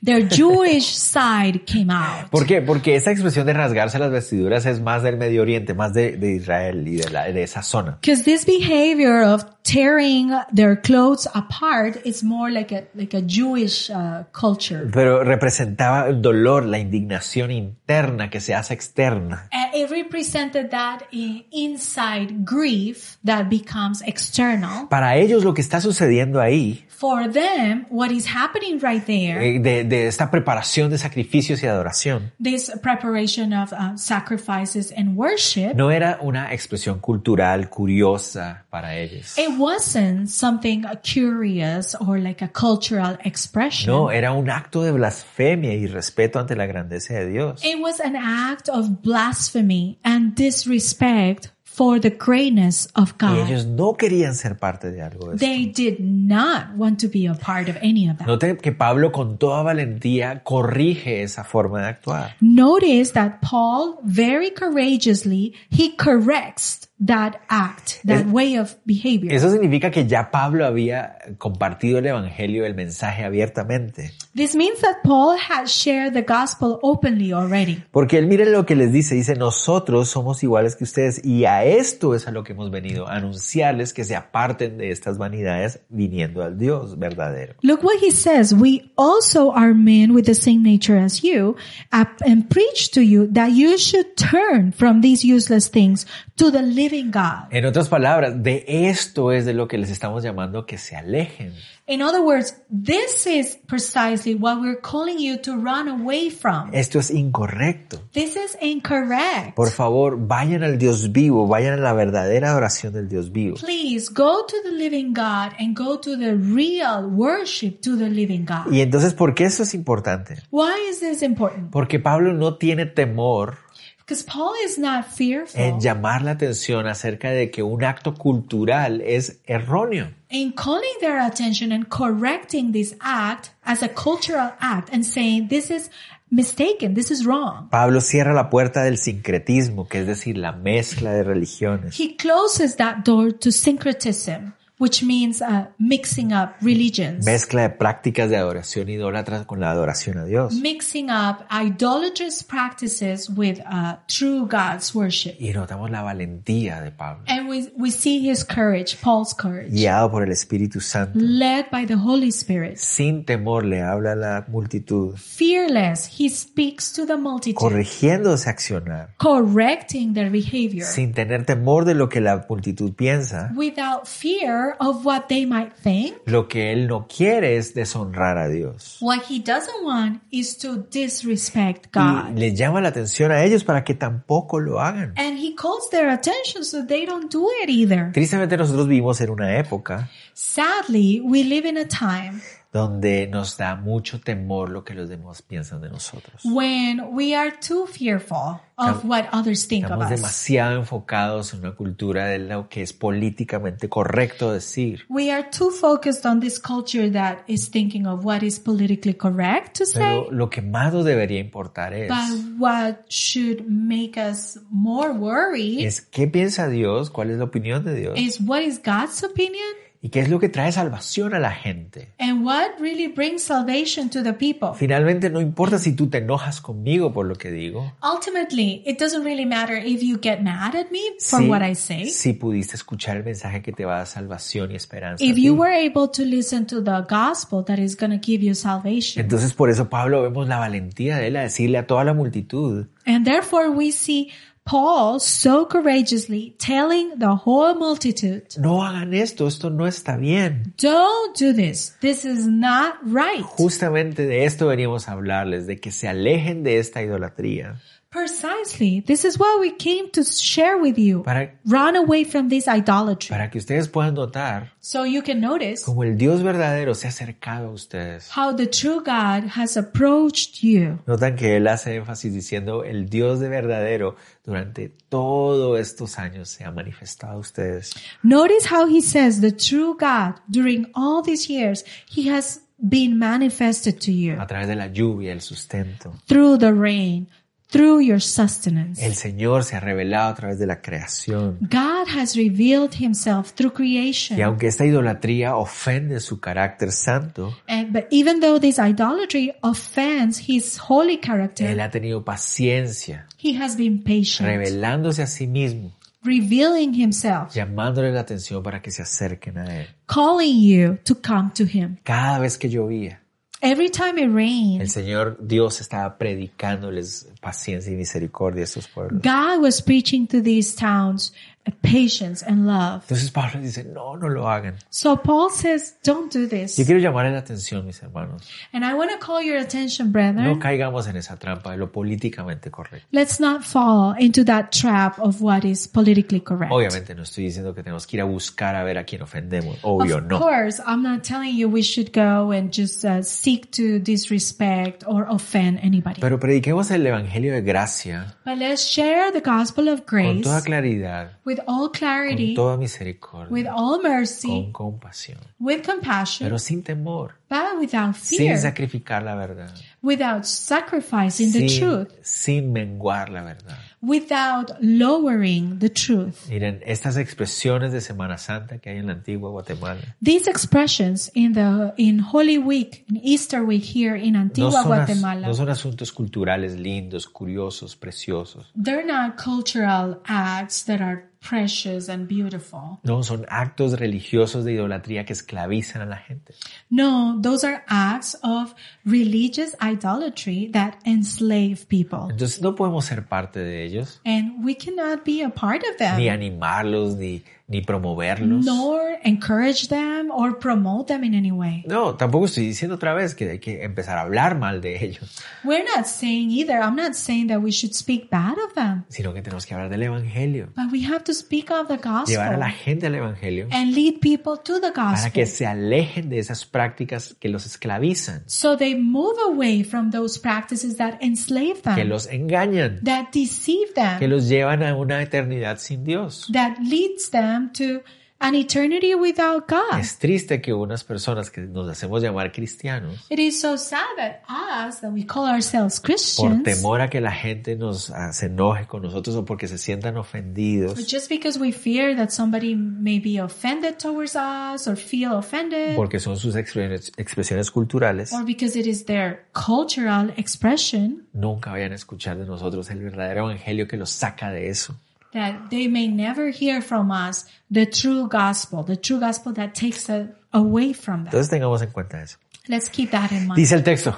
Speaker 2: their Jewish side came out.
Speaker 1: ¿Por qué? Porque esa expresión de rasgarse las vestiduras es más del Medio Oriente, más de, de Israel y de, la- de esa zona.
Speaker 2: Because this behavior of tearing their clothes apart is more like a like a Jewish uh, culture.
Speaker 1: Pero representaba el dolor, la indignación interna que se hace externa.
Speaker 2: Uh, it represented that i- inside grief that becomes external.
Speaker 1: Para ellos lo que está sucediendo ahí,
Speaker 2: For them, what is happening right there,
Speaker 1: eh, de, de esta preparación de sacrificios y adoración,
Speaker 2: this preparation of uh, sacrifices and worship,
Speaker 1: no era una expresión cultural curiosa para ellos.
Speaker 2: it wasn't something uh, curious or like a cultural expression.
Speaker 1: No, era un acto de blasfemia y respeto ante la grandeza de Dios.
Speaker 2: It was an act of blasphemy and disrespect for the greatness of
Speaker 1: Y
Speaker 2: God.
Speaker 1: ellos no querían ser parte de algo de eso.
Speaker 2: They did not want to be a part of any of that.
Speaker 1: Noten que Pablo con toda valentía corrige esa forma de actuar.
Speaker 2: Notice that Paul very courageously, he corrects that act, that
Speaker 1: Es-
Speaker 2: way of behavior.
Speaker 1: Eso significa que ya Pablo había compartido el evangelio, el mensaje abiertamente.
Speaker 2: This means that Paul had shared the gospel openly already.
Speaker 1: Porque él miren lo que les dice, dice, nosotros somos iguales que ustedes y a esto es a lo que hemos venido, a anunciarles que se aparten de estas vanidades viniendo al Dios verdadero.
Speaker 2: Look what he says. We also are men with the same nature as you uh, and preach to you that you should turn from these useless things to the living God.
Speaker 1: En otras palabras, de esto es de lo que les estamos llamando que se alejen.
Speaker 2: In other words, this is precisely what we're calling you to run away from.
Speaker 1: Esto es incorrecto.
Speaker 2: This is incorrect.
Speaker 1: Por favor, vayan al Dios vivo, vayan a la verdadera adoración del Dios vivo.
Speaker 2: Please go to the living God and go to the real worship to the living God.
Speaker 1: Y entonces, ¿por qué eso es importante?
Speaker 2: Why is this important?
Speaker 1: Porque Pablo no tiene temor
Speaker 2: Because Because Paul is not fearful
Speaker 1: en llamar la atención acerca de que un acto cultural es erróneo.
Speaker 2: in calling their attention and correcting this act as a cultural act and saying this is mistaken, this is wrong.
Speaker 1: Pablo cierra la puerta del sincretismo, que es decir, la mezcla de religiones.
Speaker 2: He closes that door to syncretism, which means uh, mixing up religions,
Speaker 1: Mezcla de prácticas de adoración idólatra con la adoración a Dios.
Speaker 2: mixing up idolatrous practices with uh, true God's worship.
Speaker 1: Y notamos la valentía de Pablo,
Speaker 2: And we, we see his courage, Paul's courage,
Speaker 1: guiado por el Espíritu Santo.
Speaker 2: led by the Holy Spirit.
Speaker 1: Sin temor le habla a la multitud,
Speaker 2: Fearless, he speaks to the multitude,
Speaker 1: corrigiendo ese accionar,
Speaker 2: correcting their behavior
Speaker 1: sin tener temor de lo que la multitud piensa.
Speaker 2: without fear of what they might think.
Speaker 1: Lo que él no quiere es deshonrar a Dios.
Speaker 2: What he doesn't want is to disrespect
Speaker 1: Y
Speaker 2: God.
Speaker 1: le llama la atención a ellos para que tampoco lo hagan.
Speaker 2: And he calls their attention so they don't do it either.
Speaker 1: Tristemente nosotros vivimos en una época
Speaker 2: Sadly, we live in a time
Speaker 1: donde nos da mucho temor lo que los demás piensan de nosotros.
Speaker 2: when we are too fearful of what others think of
Speaker 1: Estamos
Speaker 2: us.
Speaker 1: demasiado enfocados en una cultura de lo que es políticamente correcto decir.
Speaker 2: We are too focused on this culture that is thinking of what is politically correct to say,
Speaker 1: Pero lo que más nos debería importar es,
Speaker 2: but what should make us more worried
Speaker 1: es qué piensa Dios, cuál es la opinión de Dios
Speaker 2: is what is God's opinion
Speaker 1: y qué es lo que trae salvación a la gente.
Speaker 2: and what really brings salvation to the people.
Speaker 1: Finalmente, no importa si tú te enojas conmigo por lo que digo,
Speaker 2: Ultimately, it doesn't really matter if you get mad at me for
Speaker 1: si,
Speaker 2: what I say.
Speaker 1: si pudiste escuchar el mensaje que te va a dar salvación y esperanza. a
Speaker 2: if
Speaker 1: ti.
Speaker 2: you were able to listen to the gospel that is going to give you salvation.
Speaker 1: Entonces, por eso Pablo vemos la valentía de él a decirle a toda la multitud,
Speaker 2: And therefore, we see Paul so courageously telling the whole multitude,
Speaker 1: no hagan esto, esto no está bien.
Speaker 2: don't do this. This is not right.
Speaker 1: Justamente de esto veníamos a hablarles, de que se alejen de esta idolatría
Speaker 2: Precisely. This is what we came to share with you.
Speaker 1: para,
Speaker 2: Run away from this idolatry.
Speaker 1: para que ustedes puedan notar
Speaker 2: So you can notice
Speaker 1: cómo el Dios verdadero se ha acercado a ustedes.
Speaker 2: how the true God has approached you.
Speaker 1: Notan que él hace énfasis diciendo el Dios de verdadero durante todos estos años se ha manifestado a ustedes.
Speaker 2: Notice how he says the true God during all these years, he has been manifested to you
Speaker 1: A través de la lluvia, el sustento.
Speaker 2: through the rain, through your sustenance.
Speaker 1: El Señor se ha revelado a través de la creación.
Speaker 2: God has revealed himself through
Speaker 1: Y
Speaker 2: creation.
Speaker 1: aunque esta idolatría ofende su carácter santo,
Speaker 2: And, but even though this idolatry offends his holy
Speaker 1: Él
Speaker 2: character,
Speaker 1: ha tenido paciencia,
Speaker 2: he has been patient,
Speaker 1: revelándose a sí mismo
Speaker 2: revealing himself,
Speaker 1: llamándole la atención para que se acerquen a él.
Speaker 2: calling you to come to him.
Speaker 1: Cada vez que llovía,
Speaker 2: Every time it
Speaker 1: el
Speaker 2: rains,
Speaker 1: Señor Dios estaba predicándoles paciencia y misericordia a estos pueblos.
Speaker 2: God was preaching to these towns uh, patience and love.
Speaker 1: Entonces Pablo dice, no, no lo hagan.
Speaker 2: So Paul says, don't do this.
Speaker 1: Yo quiero llamarle la atención, mis hermanos.
Speaker 2: And I want to call your attention,
Speaker 1: No
Speaker 2: brethren.
Speaker 1: caigamos en esa trampa de lo políticamente correcto.
Speaker 2: Let's not fall into that trap of what is politically correct.
Speaker 1: Obviamente no estoy diciendo que tenemos que ir a buscar a ver a quién ofendemos. Obvio,
Speaker 2: Of
Speaker 1: no.
Speaker 2: course, I'm not telling you we should go and just uh, seek to disrespect or offend anybody.
Speaker 1: Pero prediquemos el Evangelio de gracia
Speaker 2: But let's share the gospel of
Speaker 1: con
Speaker 2: grace
Speaker 1: toda claridad,
Speaker 2: with all
Speaker 1: con
Speaker 2: clarity,
Speaker 1: toda
Speaker 2: with
Speaker 1: misericordia,
Speaker 2: all
Speaker 1: con
Speaker 2: mercy,
Speaker 1: compasión,
Speaker 2: with compassion,
Speaker 1: pero sin temor,
Speaker 2: but without
Speaker 1: sin
Speaker 2: fear,
Speaker 1: sacrificar la verdad.
Speaker 2: without sacrificing the
Speaker 1: sin-
Speaker 2: truth,
Speaker 1: sin menguar la verdad.
Speaker 2: without lowering the truth.
Speaker 1: Miren, estas expresiones de Semana Santa que hay en la antigua Guatemala
Speaker 2: These expressions in the in Holy Week, in Easter Week here in
Speaker 1: no
Speaker 2: Antigua
Speaker 1: son, as-
Speaker 2: Guatemala,
Speaker 1: no son asuntos culturales lindos, curiosos, preciosos.
Speaker 2: they're not cultural acts that are precious and beautiful.
Speaker 1: No, son actos religiosos de idolatría que esclavizan a la gente.
Speaker 2: No, those are acts of religious idolatry that enslave people.
Speaker 1: Entonces no podemos ser parte de ellos,
Speaker 2: And we cannot be a part of
Speaker 1: ni
Speaker 2: them,
Speaker 1: animarlos, ni, ni promoverlos.
Speaker 2: nor encourage them or promote them in any way.
Speaker 1: No, tampoco estoy diciendo otra vez que hay que empezar a hablar mal de ellos,
Speaker 2: We're not saying either, I'm not saying that we should speak bad of them,
Speaker 1: sino que tenemos que hablar del Evangelio,
Speaker 2: but we have to speak of the
Speaker 1: llevar a
Speaker 2: gospel
Speaker 1: la gente al Evangelio
Speaker 2: and lead people to the
Speaker 1: para que
Speaker 2: gospel
Speaker 1: se alejen de esas prácticas las, que los esclavizan,
Speaker 2: So they move away from those practices that enslave
Speaker 1: que
Speaker 2: them,
Speaker 1: los engañan,
Speaker 2: that deceive
Speaker 1: que
Speaker 2: them,
Speaker 1: los llevan a una eternidad sin Dios.
Speaker 2: that leads them to an eternity without God.
Speaker 1: Es triste que unas personas que nos hacemos llamar cristianos,
Speaker 2: It is so sad that us, that we call ourselves
Speaker 1: por
Speaker 2: Christians,
Speaker 1: temor a que la gente nos ah, se enoje con nosotros o porque se sientan
Speaker 2: but
Speaker 1: ofendidos,
Speaker 2: just because we fear that somebody may be offended towards us or feel offended,
Speaker 1: porque son sus expre- expresiones culturales,
Speaker 2: or because it is their cultural expression,
Speaker 1: nunca vayan a escuchar de nosotros el verdadero evangelio que los saca de eso.
Speaker 2: that they may never hear from us the true gospel, the true gospel that takes us away from them.
Speaker 1: Entonces tengamos en cuenta eso.
Speaker 2: Let's keep that in mind.
Speaker 1: Dice el texto,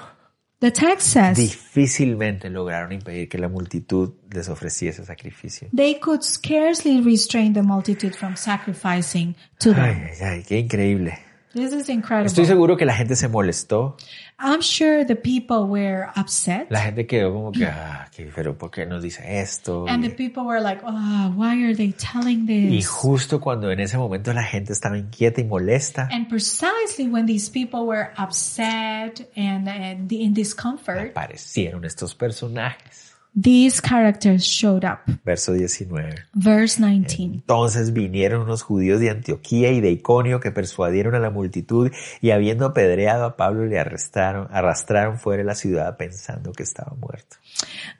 Speaker 2: The text says
Speaker 1: difícilmente lograron impedir que la multitud les ofreciese sacrificio.
Speaker 2: they could scarcely restrain the multitude from sacrificing to
Speaker 1: Ay,
Speaker 2: them.
Speaker 1: ay, ay, qué increíble.
Speaker 2: This is
Speaker 1: Estoy
Speaker 2: incredible.
Speaker 1: seguro que la gente se molestó.
Speaker 2: I'm sure the people were upset.
Speaker 1: La gente quedó como que, ah, que, pero ¿por qué nos dice esto?
Speaker 2: And the
Speaker 1: Y,
Speaker 2: people were like, oh, why are they telling this?
Speaker 1: justo cuando en ese momento la gente estaba inquieta y molesta,
Speaker 2: And precisely when these people were upset and, and in discomfort,
Speaker 1: aparecieron estos personajes.
Speaker 2: these characters showed up.
Speaker 1: Verso 19.
Speaker 2: Verse 19.
Speaker 1: Entonces vinieron unos judíos de Antioquía y de Iconio que persuadieron a la multitud y habiendo apedreado a Pablo le arrestaron, arrastraron fuera de la ciudad pensando que estaba muerto.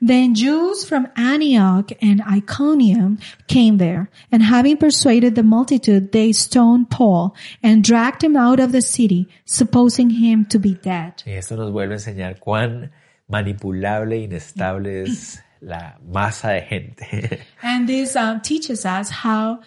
Speaker 2: Then Jews from Antioch and Iconium came there, and having persuaded the multitude, they stoned Paul and dragged him out of the city, supposing him to be dead.
Speaker 1: Y esto nos vuelve a enseñar cuán manipulable e inestable es la masa de gente.
Speaker 2: And this um, teaches us how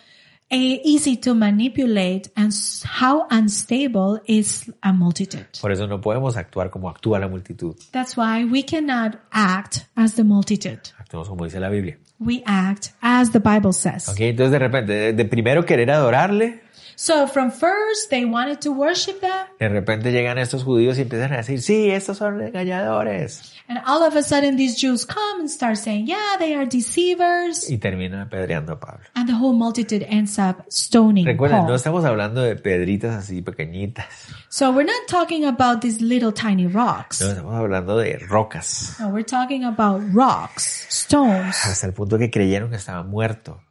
Speaker 2: eh, easy to manipulate and s- how unstable is a multitude.
Speaker 1: Por eso no podemos actuar como actúa la multitud.
Speaker 2: That's why we cannot act as the multitude.
Speaker 1: Actuamos como dice la Biblia.
Speaker 2: We act as the Bible says.
Speaker 1: Ok, entonces de repente, de, de primero querer adorarle,
Speaker 2: So from first, they wanted to worship them.
Speaker 1: de repente llegan estos judíos y empiezan a decir, sí, estos son engañadores.
Speaker 2: And all of a sudden, these Jews come and start saying, yeah, they are deceivers.
Speaker 1: Y terminan apedreando a Pablo.
Speaker 2: And the whole multitude ends up stoning
Speaker 1: Recuerden, no
Speaker 2: Paul.
Speaker 1: estamos hablando de pedritas así pequeñitas.
Speaker 2: So we're not talking about these little tiny rocks.
Speaker 1: No, estamos hablando de rocas.
Speaker 2: No, we're talking about rocks, stones,
Speaker 1: Hasta el punto que creyeron que estaba muerto.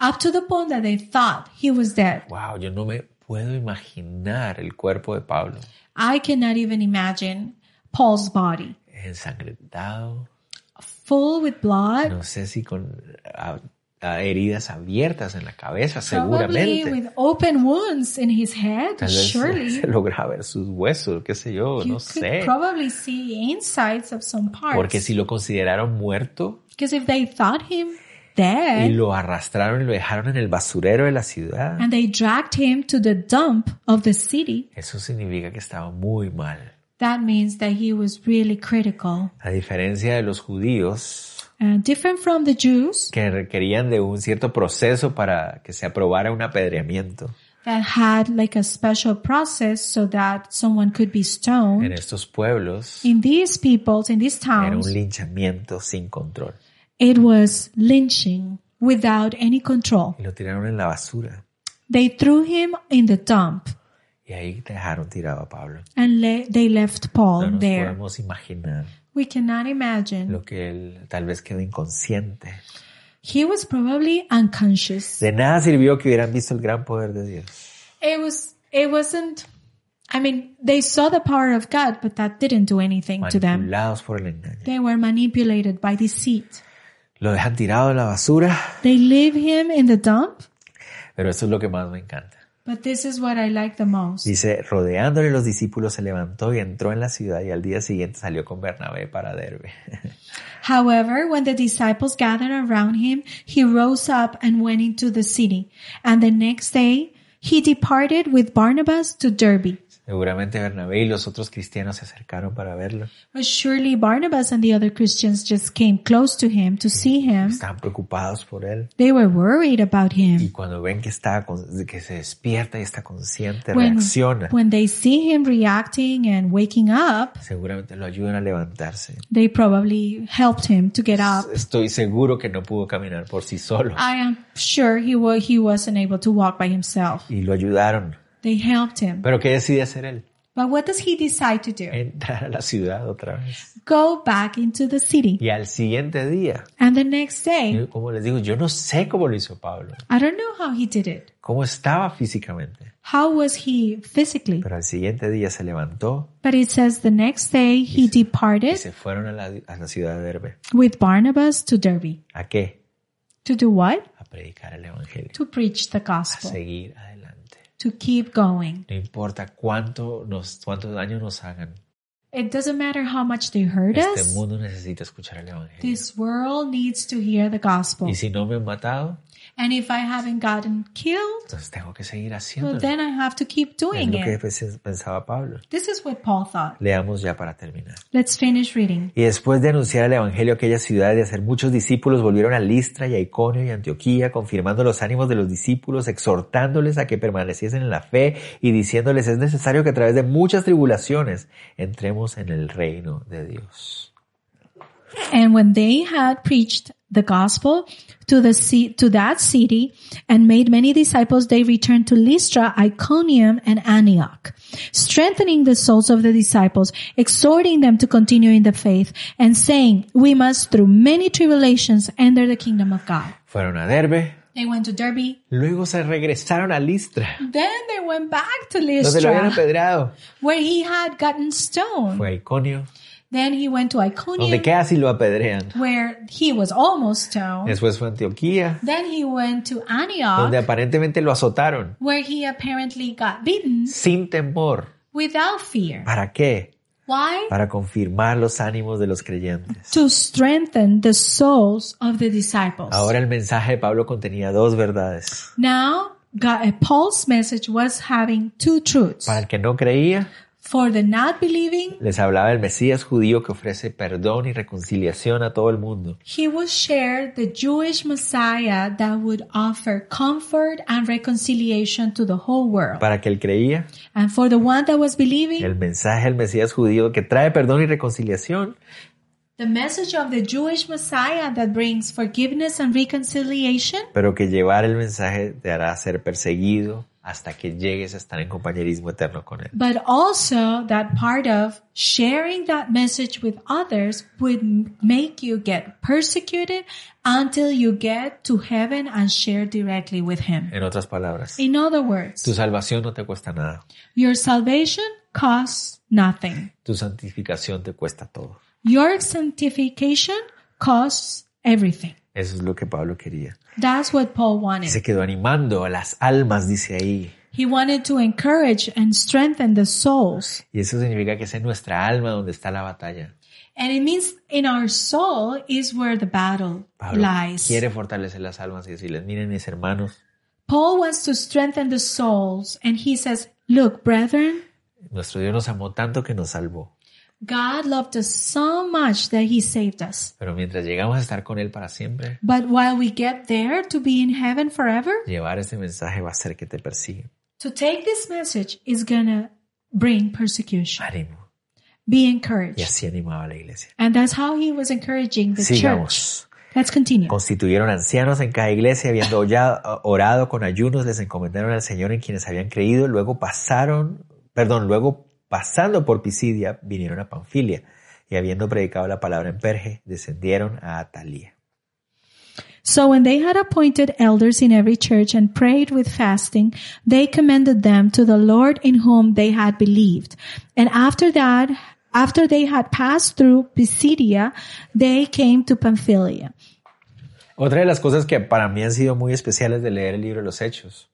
Speaker 2: up to the point that they thought he was dead.
Speaker 1: Wow, yo no me puedo imaginar el cuerpo de Pablo.
Speaker 2: I cannot even imagine Paul's body
Speaker 1: Ensangrentado.
Speaker 2: full with blood,
Speaker 1: No sé si con a- a heridas abiertas en la cabeza,
Speaker 2: probably
Speaker 1: seguramente.
Speaker 2: with open wounds in his head.
Speaker 1: Tal vez
Speaker 2: Surely
Speaker 1: se logra ver sus huesos, qué sé yo, no
Speaker 2: you could
Speaker 1: sé.
Speaker 2: probably see insides of some parts.
Speaker 1: Porque si lo consideraron muerto
Speaker 2: Because if they thought him
Speaker 1: y
Speaker 2: dead
Speaker 1: lo arrastraron y lo dejaron en el basurero de la ciudad,
Speaker 2: and they dragged him to the dump of the city,
Speaker 1: eso significa que estaba muy mal.
Speaker 2: that means that he was really critical.
Speaker 1: A diferencia de los judíos
Speaker 2: And different from the Jews
Speaker 1: que requerían de un cierto proceso para que se aprobara un apedreamiento,
Speaker 2: that had like a special process so that someone could be
Speaker 1: en
Speaker 2: stoned,
Speaker 1: estos pueblos
Speaker 2: in these peoples, in these
Speaker 1: era
Speaker 2: towns,
Speaker 1: un linchamiento sin control.
Speaker 2: it was lynching without any control.
Speaker 1: Y lo tiraron en la basura.
Speaker 2: They threw him in the dump
Speaker 1: Y ahí dejaron tirado a Pablo.
Speaker 2: and le- they left Paul
Speaker 1: No nos
Speaker 2: Oh, there.
Speaker 1: podemos imaginar
Speaker 2: We cannot imagine.
Speaker 1: lo que él tal vez quedó inconsciente.
Speaker 2: He was probably unconscious.
Speaker 1: De nada sirvió que hubieran visto el gran poder de Dios.
Speaker 2: It was it wasn't I mean, they saw the power of God, but that didn't do anything to them.
Speaker 1: Manipulados por el engaño.
Speaker 2: They were manipulated by deceit.
Speaker 1: Lo dejan tirado en la basura,
Speaker 2: They leave him in the dump,
Speaker 1: pero eso es lo que más me encanta.
Speaker 2: but this is what I like the most.
Speaker 1: Dice, rodeándole los discípulos se levantó y entró en la ciudad y al día siguiente salió con Bernabé para Derbe.
Speaker 2: However, when the disciples gathered around him, he rose up and went into the city. And the next day, he departed with Barnabas to Derbe.
Speaker 1: Seguramente Bernabé y los otros cristianos se acercaron para verlo.
Speaker 2: But surely Barnabas and the other Christians just came close to him to see him.
Speaker 1: Estaban preocupados por él.
Speaker 2: They were worried about
Speaker 1: Y
Speaker 2: him.
Speaker 1: cuando ven que está con- que se despierta y está consciente,
Speaker 2: When,
Speaker 1: reacciona,
Speaker 2: when they see him reacting and waking up,
Speaker 1: seguramente lo ayudan a levantarse.
Speaker 2: they probably helped him to get up.
Speaker 1: Estoy seguro que no pudo caminar por sí solo
Speaker 2: I am sure he was, he wasn't able to walk by himself.
Speaker 1: y lo ayudaron.
Speaker 2: They helped him.
Speaker 1: Pero ¿qué decide hacer él?
Speaker 2: But what does he decide to do?
Speaker 1: entrar a la ciudad otra vez.
Speaker 2: Go back into the city.
Speaker 1: Y al siguiente día,
Speaker 2: And the next day,
Speaker 1: yo, como les digo, yo no sé cómo lo hizo Pablo,
Speaker 2: I don't know how he did it.
Speaker 1: cómo estaba físicamente,
Speaker 2: How was he physically?
Speaker 1: pero al siguiente día se levantó
Speaker 2: But it says the next day he
Speaker 1: y
Speaker 2: departed
Speaker 1: se fueron a la, a la ciudad de Derbe.
Speaker 2: with Barnabas to Derbe.
Speaker 1: ¿A qué?
Speaker 2: To do what?
Speaker 1: A predicar el Evangelio,
Speaker 2: To preach the
Speaker 1: a
Speaker 2: gospel.
Speaker 1: seguir adelante.
Speaker 2: To keep going.
Speaker 1: No importa cuánto nos, cuántos daños nos hagan,
Speaker 2: It doesn't matter how much they hurt
Speaker 1: este
Speaker 2: us.
Speaker 1: mundo necesita escuchar el Evangelio.
Speaker 2: This world needs to hear the gospel.
Speaker 1: Y si no me han matado,
Speaker 2: And if I haven't gotten killed,
Speaker 1: entonces tengo que seguir
Speaker 2: well,
Speaker 1: haciéndolo.
Speaker 2: then I have to keep
Speaker 1: Es
Speaker 2: doing
Speaker 1: lo que
Speaker 2: it.
Speaker 1: pens- pensaba Pablo.
Speaker 2: This is what Paul thought.
Speaker 1: Leamos ya para terminar.
Speaker 2: Let's finish reading.
Speaker 1: Y después de anunciar el Evangelio a aquella ciudad y de hacer muchos discípulos, volvieron a Listra y a Iconio y a Antioquía, confirmando los ánimos de los discípulos, exhortándoles a que permaneciesen en la fe y diciéndoles es necesario que a través de muchas tribulaciones entremos en el reino de Dios.
Speaker 2: And when they had preached the gospel to the ci- to that city and made many disciples, they returned to Lystra, Iconium, and Antioch, strengthening the souls of the disciples, exhorting them to continue in the faith, and saying, "We must through many tribulations enter the kingdom of God."
Speaker 1: Fueron a Derbe,
Speaker 2: They went to Derby.
Speaker 1: luego se regresaron a Listra,
Speaker 2: Then they went back to
Speaker 1: donde lo habían
Speaker 2: Lystra,
Speaker 1: apedrado.
Speaker 2: where he had gotten stoned.
Speaker 1: Fue a Iconio,
Speaker 2: Then he went to
Speaker 1: donde
Speaker 2: Iconium,
Speaker 1: casi lo apedrean.
Speaker 2: where he was almost stoned.
Speaker 1: Después fue a Antioquía,
Speaker 2: Then he went to
Speaker 1: donde
Speaker 2: Antioch,
Speaker 1: aparentemente lo azotaron
Speaker 2: where he apparently got beaten
Speaker 1: sin temor.
Speaker 2: without fear.
Speaker 1: ¿Para qué?
Speaker 2: Why?
Speaker 1: para confirmar los ánimos de los creyentes.
Speaker 2: To strengthen the souls of the disciples.
Speaker 1: Ahora el mensaje de Pablo contenía dos verdades.
Speaker 2: Now, God, uh, Paul's message was having two truths.
Speaker 1: Para el que no creía,
Speaker 2: For the not believing,
Speaker 1: les hablaba del Mesías judío que ofrece perdón y reconciliación a todo el mundo.
Speaker 2: he will share the Jewish Messiah that would offer comfort and reconciliation to the whole world.
Speaker 1: Para que el creía,
Speaker 2: And for the one that was believing,
Speaker 1: el mensaje del Mesías judío que trae perdón y reconciliación
Speaker 2: the message of the Jewish Messiah that brings forgiveness and reconciliation
Speaker 1: pero que llevar el mensaje te hará ser perseguido hasta que llegues a estar en compañerismo eterno con Él.
Speaker 2: but also that part of sharing that message with others would m- make you get persecuted until you get to heaven and share directly with him.
Speaker 1: En otras palabras,
Speaker 2: In other
Speaker 1: tu
Speaker 2: words,
Speaker 1: salvación no te cuesta nada,
Speaker 2: your salvation costs nothing.
Speaker 1: tu santificación te cuesta todo.
Speaker 2: Your sanctification costs everything.
Speaker 1: Eso es lo que Pablo quería.
Speaker 2: That's what Paul
Speaker 1: Y
Speaker 2: wanted.
Speaker 1: se quedó animando a las almas, dice ahí.
Speaker 2: He wanted to encourage and strengthen the souls.
Speaker 1: Y eso significa que es en nuestra alma donde está la batalla.
Speaker 2: And it means in our soul is where the battle
Speaker 1: Pablo
Speaker 2: lies.
Speaker 1: quiere fortalecer las almas y decirles, miren mis hermanos,
Speaker 2: Paul wants to strengthen the souls, and he says, Look, brethren,
Speaker 1: nuestro Dios nos amó tanto que nos salvó.
Speaker 2: God loved us so much that he saved us.
Speaker 1: Pero mientras llegamos a estar con Él para siempre,
Speaker 2: But while we get there to be in heaven forever,
Speaker 1: llevar este mensaje va a ser que te persiguen.
Speaker 2: to take this message is gonna bring persecution.
Speaker 1: Ánimo.
Speaker 2: Be
Speaker 1: Y
Speaker 2: encouraged.
Speaker 1: así animaba a la iglesia.
Speaker 2: And that's how he was encouraging the church.
Speaker 1: Sigamos.
Speaker 2: Let's continue.
Speaker 1: Constituyeron ancianos en cada iglesia, habiendo olla- orado con ayunos, les encomendaron al Señor en quienes habían creído, luego pasaron, perdón, luego pasando por Pisidia, vinieron a Panfilia, y habiendo predicado la palabra en Perge, descendieron a Atalía.
Speaker 2: So when they had appointed elders in every church and prayed with fasting, they commended them to the Lord in whom they had believed. And after that, after they had passed through Pisidia, they came to Pamphylia.
Speaker 1: Otra de las cosas que para mí han sido muy especiales de leer el libro de los Hechos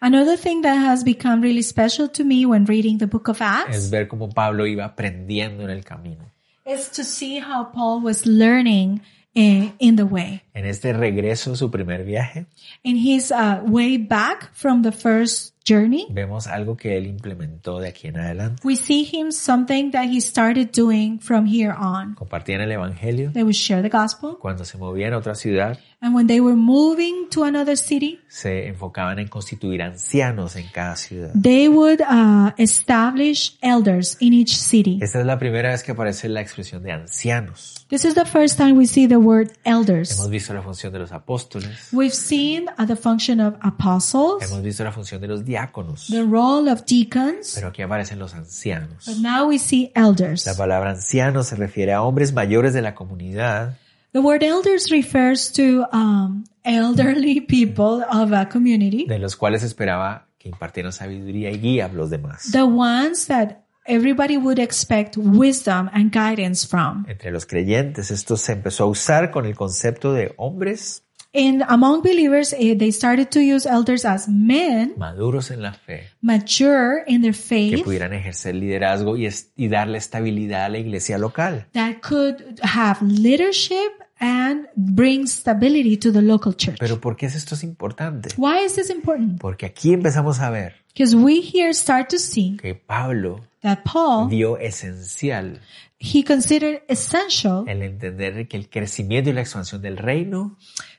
Speaker 2: Another thing that has become really special to me when reading the book of Acts
Speaker 1: es ver cómo Pablo iba aprendiendo en el camino.
Speaker 2: is to see how Paul was learning in, in the way.
Speaker 1: En este regreso, su primer viaje,
Speaker 2: In his uh, way back from the first journey,
Speaker 1: vemos algo que él implementó de aquí en adelante.
Speaker 2: we see him something that he started doing from here on.
Speaker 1: Compartían el Evangelio.
Speaker 2: They would share the gospel.
Speaker 1: Cuando se movían a otra ciudad,
Speaker 2: And when they were moving to another city,
Speaker 1: se enfocaban en constituir ancianos en cada ciudad.
Speaker 2: they would uh, establish elders in each city.
Speaker 1: Esta es la primera vez que aparece la expresión de ancianos.
Speaker 2: This is the first time we see the word
Speaker 1: Hemos
Speaker 2: elders.
Speaker 1: visto la función de los apóstoles,
Speaker 2: We've seen uh, the function of apostles.
Speaker 1: hemos visto la función de los diáconos.
Speaker 2: the role of deacons,
Speaker 1: Pero aquí aparecen los ancianos.
Speaker 2: but now we see elders.
Speaker 1: La palabra anciano se refiere a hombres mayores de la comunidad
Speaker 2: The word elders refers to um, elderly people of a community,
Speaker 1: de los cuales esperaba que impartieran sabiduría y guía a los demás.
Speaker 2: the ones that everybody would expect wisdom and guidance from.
Speaker 1: Entre los creyentes esto se empezó a usar con el concepto de hombres
Speaker 2: And among believers, eh, they started to use elders as men
Speaker 1: maduros en la fe
Speaker 2: mature in their
Speaker 1: que
Speaker 2: faith
Speaker 1: pudieran ejercer liderazgo y, es- y darle estabilidad a la iglesia local.
Speaker 2: that could have leadership and bring stability to the local church.
Speaker 1: Pero ¿por qué es esto es importante?
Speaker 2: Why is this important?
Speaker 1: Porque aquí empezamos a ver
Speaker 2: Because we here start to see
Speaker 1: que Pablo
Speaker 2: that Paul,
Speaker 1: dio esencial
Speaker 2: he considered essential
Speaker 1: el entender que el crecimiento y la expansión del reino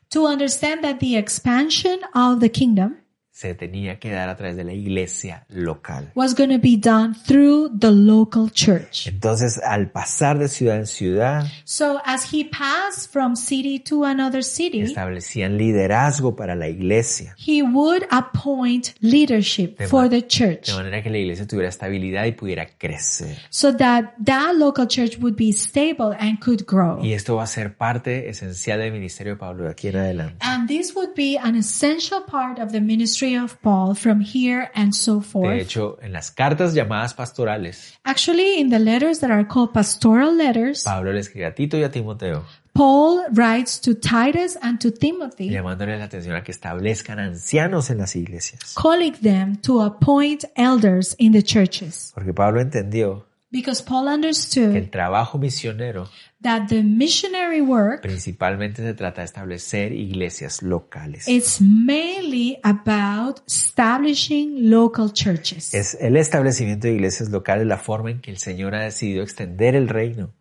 Speaker 2: to understand that the expansion of the kingdom
Speaker 1: se tenía que dar a través de la iglesia local.
Speaker 2: was going to be done through the local church.
Speaker 1: Entonces, al pasar de ciudad en ciudad,
Speaker 2: So as he passed from city to another city,
Speaker 1: establecían liderazgo para la iglesia,
Speaker 2: he would appoint leadership
Speaker 1: De
Speaker 2: for
Speaker 1: ma-
Speaker 2: the church
Speaker 1: de manera que la iglesia tuviera estabilidad y pudiera crecer.
Speaker 2: so that that local church would be stable and could grow.
Speaker 1: Y esto va a ser parte esencial del ministerio de Pablo de aquí en adelante.
Speaker 2: And this would be an essential part of the ministry of Paul from here and so
Speaker 1: De
Speaker 2: forth.
Speaker 1: hecho, en las cartas llamadas pastorales,
Speaker 2: Actually, in the letters that are called pastoral letters,
Speaker 1: Pablo le escribe a Tito y a Timoteo,
Speaker 2: Paul writes to Titus and to Timothy,
Speaker 1: llamándoles la atención a que establezcan ancianos en las iglesias.
Speaker 2: calling them to appoint elders in the churches.
Speaker 1: Porque Pablo entendió
Speaker 2: Because Paul
Speaker 1: que
Speaker 2: understood
Speaker 1: el trabajo misionero
Speaker 2: that the missionary work
Speaker 1: principalmente se trata de establecer iglesias locales.
Speaker 2: is mainly about establishing local churches.
Speaker 1: Es el establecimiento de iglesias locales la forma en que el Señor ha decidido extender el reino.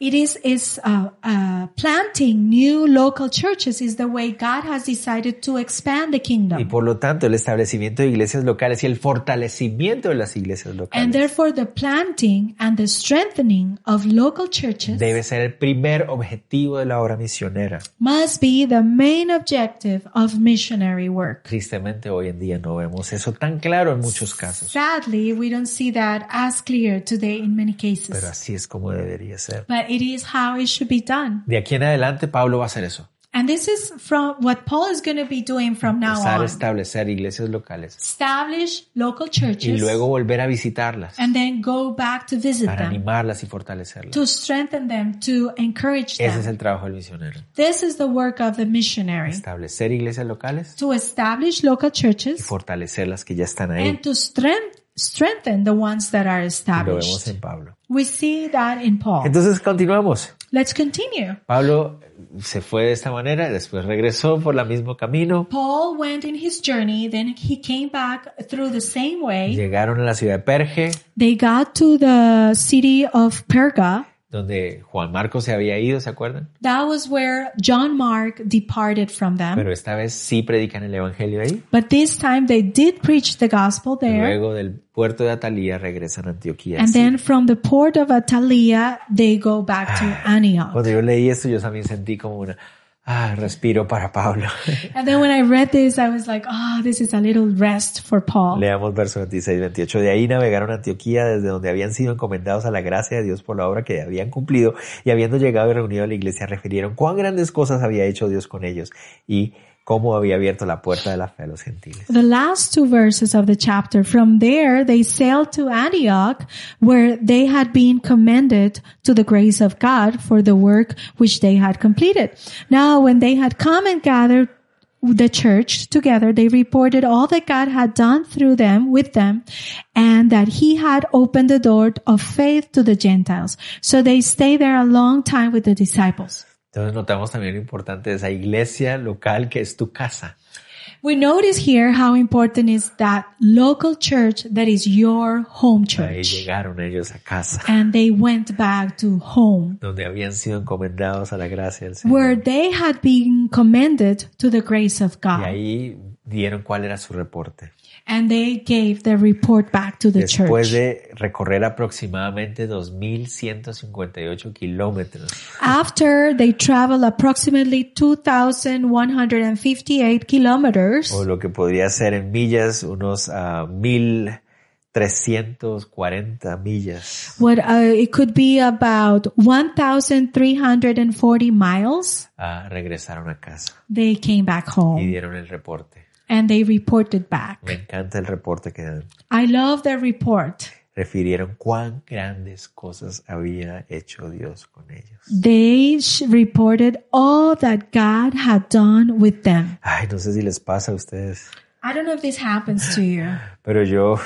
Speaker 2: It is is uh, uh, planting new local churches is the way God has decided to expand the
Speaker 1: Y
Speaker 2: kingdom,
Speaker 1: por lo tanto, el establecimiento de iglesias locales y el fortalecimiento de las iglesias
Speaker 2: and
Speaker 1: locales
Speaker 2: therefore the planting and the strengthening of local churches
Speaker 1: debe ser el primer objetivo de la obra misionera.
Speaker 2: must be the main objective of missionary work.
Speaker 1: Tristemente, hoy en día no vemos eso tan claro en muchos casos,
Speaker 2: Sadly, we don't see that as clear today in many cases,
Speaker 1: pero así es como debería ser.
Speaker 2: but it is how it should be done.
Speaker 1: De aquí en adelante, Pablo va a hacer eso,
Speaker 2: And this is from what Paul is going to be doing from now
Speaker 1: empezar a
Speaker 2: on:
Speaker 1: establecer iglesias locales
Speaker 2: establish local
Speaker 1: y
Speaker 2: churches,
Speaker 1: luego volver a visitarlas
Speaker 2: and then go back to visit
Speaker 1: para
Speaker 2: them.
Speaker 1: animarlas y fortalecerlas.
Speaker 2: to strengthen them, to encourage
Speaker 1: Ese es
Speaker 2: them.
Speaker 1: el trabajo del misionero,
Speaker 2: This is the work of the missionary
Speaker 1: establecer iglesias locales
Speaker 2: to establish local
Speaker 1: y
Speaker 2: churches
Speaker 1: fortalecer las que ya están ahí.
Speaker 2: and to strength, strengthen the ones that are
Speaker 1: Y Lo vemos
Speaker 2: established.
Speaker 1: en Pablo.
Speaker 2: We see that in Paul.
Speaker 1: Entonces continuamos.
Speaker 2: Let's continue.
Speaker 1: Pablo se fue de esta manera, después regresó por el mismo camino.
Speaker 2: Paul went in his journey, then he came back through the same way.
Speaker 1: Llegaron a la ciudad de Perge,
Speaker 2: They got to the city of Perga.
Speaker 1: donde Juan Marcos se había ido, ¿se acuerdan?
Speaker 2: That was where John Mark departed from them.
Speaker 1: Pero esta vez sí predican el Evangelio ahí.
Speaker 2: But this time they did preach the gospel there.
Speaker 1: Luego del puerto de Atalía regresan a Antioquía.
Speaker 2: And
Speaker 1: Sí.
Speaker 2: then from the port of Atalia, they go back to Antioch.
Speaker 1: Cuando yo leí esto, yo también sentí como una, ah, respiro para Pablo.
Speaker 2: And then when I read this, I was like, oh, this is a little rest for Paul.
Speaker 1: Leamos verso 26, 28. De ahí navegaron a Antioquía, desde donde habían sido encomendados a la gracia de Dios por la obra que habían cumplido, y habiendo llegado y reunido a la iglesia, refirieron cuán grandes cosas había hecho Dios con ellos y cómo había abierto la puerta de la fe a los gentiles.
Speaker 2: The last two verses of the chapter. From there, they sailed to Antioch, where they had been commended to the grace of God for the work which they had completed. Now, when they had come and gathered the church together, they reported all that God had done through them with them and that he had opened the door of faith to the Gentiles. So they stayed there a long time with the disciples.
Speaker 1: Entonces notamos también lo importante de esa iglesia local que es tu casa.
Speaker 2: We notice here how important is that local church that is your home
Speaker 1: Ahí
Speaker 2: church.
Speaker 1: llegaron ellos a casa,
Speaker 2: And they went back to home
Speaker 1: donde habían sido encomendados a la gracia del Señor.
Speaker 2: where they had been commended to the grace of
Speaker 1: Y
Speaker 2: God.
Speaker 1: ahí dieron cuál era su reporte.
Speaker 2: and they gave their report back to the
Speaker 1: Después
Speaker 2: church.
Speaker 1: de recorrer aproximadamente 2.158 kilómetros,
Speaker 2: After they traveled approximately 2,158 kilometers,
Speaker 1: o lo que podría ser en millas, unos ah, 1.340 millas,
Speaker 2: what uh, it could be about 1,340 miles,
Speaker 1: ah, regresaron a casa
Speaker 2: they came back
Speaker 1: y
Speaker 2: home
Speaker 1: dieron el reporte.
Speaker 2: and they reported back.
Speaker 1: Me encanta el reporte que dan.
Speaker 2: I love their report.
Speaker 1: Refirieron cuán grandes cosas había hecho Dios con ellos.
Speaker 2: They sh- reported all that God had done with them.
Speaker 1: Ay, no sé si les pasa a ustedes,
Speaker 2: I don't know if this happens to you,
Speaker 1: pero yo,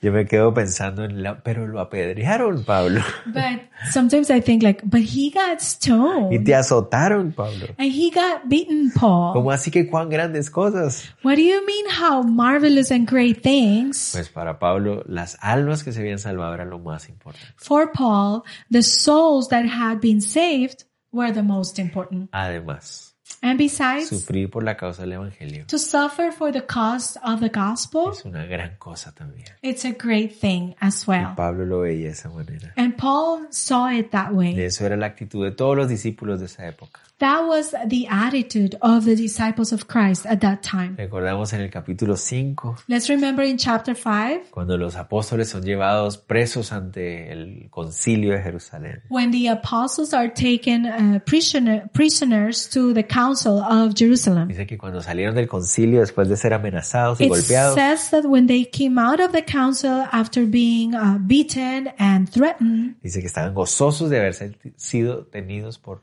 Speaker 1: yo me quedo pensando en la, pero lo apedrearon, Pablo.
Speaker 2: but sometimes I think like, but he got
Speaker 1: Y
Speaker 2: stoned
Speaker 1: te azotaron, Pablo.
Speaker 2: and he got beaten, Paul.
Speaker 1: ¿Cómo así que cuán grandes cosas?
Speaker 2: What do you mean how marvelous and great things?
Speaker 1: Pues para Pablo, las almas que se habían salvado eran lo más importante.
Speaker 2: For Paul, the souls that had been saved were the most important.
Speaker 1: Además,
Speaker 2: And besides,
Speaker 1: sufrir por la causa del Evangelio
Speaker 2: to suffer for the cause of the gospel,
Speaker 1: es una gran cosa también.
Speaker 2: it's a great thing as
Speaker 1: Y
Speaker 2: well.
Speaker 1: Pablo lo veía de esa manera.
Speaker 2: And Paul saw it that
Speaker 1: Y
Speaker 2: way.
Speaker 1: eso era la actitud de todos los discípulos de esa época.
Speaker 2: That was the attitude of the disciples of Christ at that time.
Speaker 1: Recordamos en el capítulo 5,
Speaker 2: Let's remember in chapter 5,
Speaker 1: cuando los apóstoles son llevados presos ante el concilio de Jerusalén.
Speaker 2: when the apostles are taken uh, prisoner, prisoners to the council of Jerusalem.
Speaker 1: Dice que cuando salieron del concilio después de ser amenazados y
Speaker 2: It
Speaker 1: golpeados,
Speaker 2: says that when they came out of the council after being uh, beaten and threatened,
Speaker 1: Dice que estaban gozosos de haber senti- sido tenidos por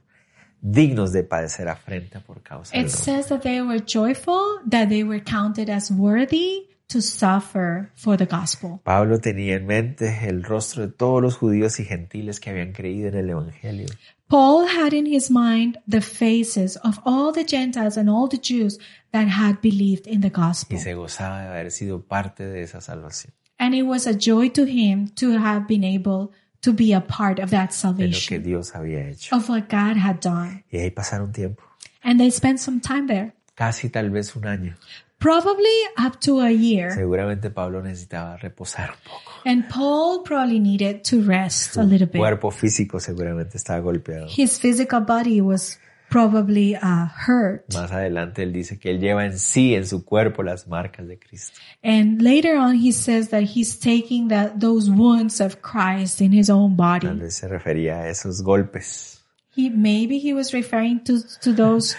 Speaker 1: dignos de padecer afrenta por causa
Speaker 2: it
Speaker 1: del nombre.
Speaker 2: says that they were joyful, that they were counted as worthy to suffer for the gospel.
Speaker 1: Pablo tenía en mente el rostro de todos los judíos y gentiles que habían creído en el Evangelio.
Speaker 2: Paul had in his mind the faces of all the Gentiles and all the Jews that had believed in the
Speaker 1: Y
Speaker 2: gospel.
Speaker 1: se gozaba de haber sido parte de esa salvación.
Speaker 2: And it was a joy to him to have been able to be a part of
Speaker 1: De lo
Speaker 2: that
Speaker 1: que
Speaker 2: salvation,
Speaker 1: Dios había hecho.
Speaker 2: of what God had done.
Speaker 1: Y ahí pasaron tiempo.
Speaker 2: And they spent some time there,
Speaker 1: Casi tal vez un año.
Speaker 2: probably up to a year.
Speaker 1: Seguramente Pablo necesitaba reposar un poco.
Speaker 2: And Paul probably needed to rest a little
Speaker 1: Su
Speaker 2: bit.
Speaker 1: cuerpo físico seguramente estaba golpeado.
Speaker 2: His physical body was probably uh, hurt.
Speaker 1: Más adelante él dice que él lleva en sí, en su cuerpo, las marcas de Cristo.
Speaker 2: And later on, he says that he's taking that, those wounds of Christ in his own
Speaker 1: Tal
Speaker 2: body.
Speaker 1: vez se refería a esos golpes.
Speaker 2: He, maybe he was referring to, to those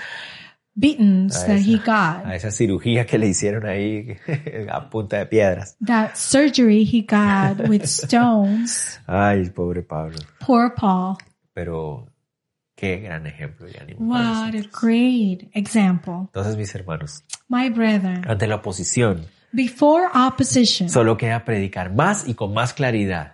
Speaker 2: beatings that he got,
Speaker 1: a esa cirugía que le hicieron ahí a punta de piedras.
Speaker 2: that surgery he got with stones.
Speaker 1: Ay, pobre Pablo.
Speaker 2: Poor Paul.
Speaker 1: Pero qué gran ejemplo de ánimo. para
Speaker 2: What a
Speaker 1: nosotros.
Speaker 2: great example.
Speaker 1: Entonces, mis hermanos,
Speaker 2: My brethren,
Speaker 1: ante la oposición,
Speaker 2: before opposition,
Speaker 1: solo queda predicar más y con más claridad.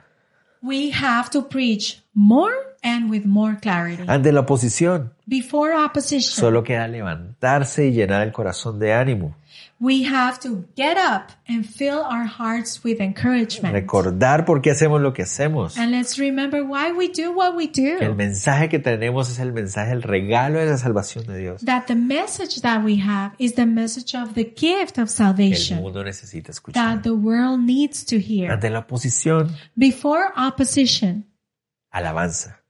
Speaker 2: We have to preach more and with more clarity.
Speaker 1: Ante la oposición,
Speaker 2: Before opposition,
Speaker 1: solo queda levantarse y llenar el corazón de ánimo.
Speaker 2: we have to get up and fill our hearts with encouragement.
Speaker 1: Recordar por qué hacemos lo que hacemos.
Speaker 2: And let's remember why we do what we
Speaker 1: El
Speaker 2: do.
Speaker 1: mensaje que tenemos es el mensaje, el regalo de la salvación de Dios.
Speaker 2: That the message that we have is the message of the gift
Speaker 1: El
Speaker 2: of salvation
Speaker 1: mundo necesita escuchar.
Speaker 2: that the world needs to hear.
Speaker 1: Ante la oposición,
Speaker 2: Before opposition,
Speaker 1: alabanza.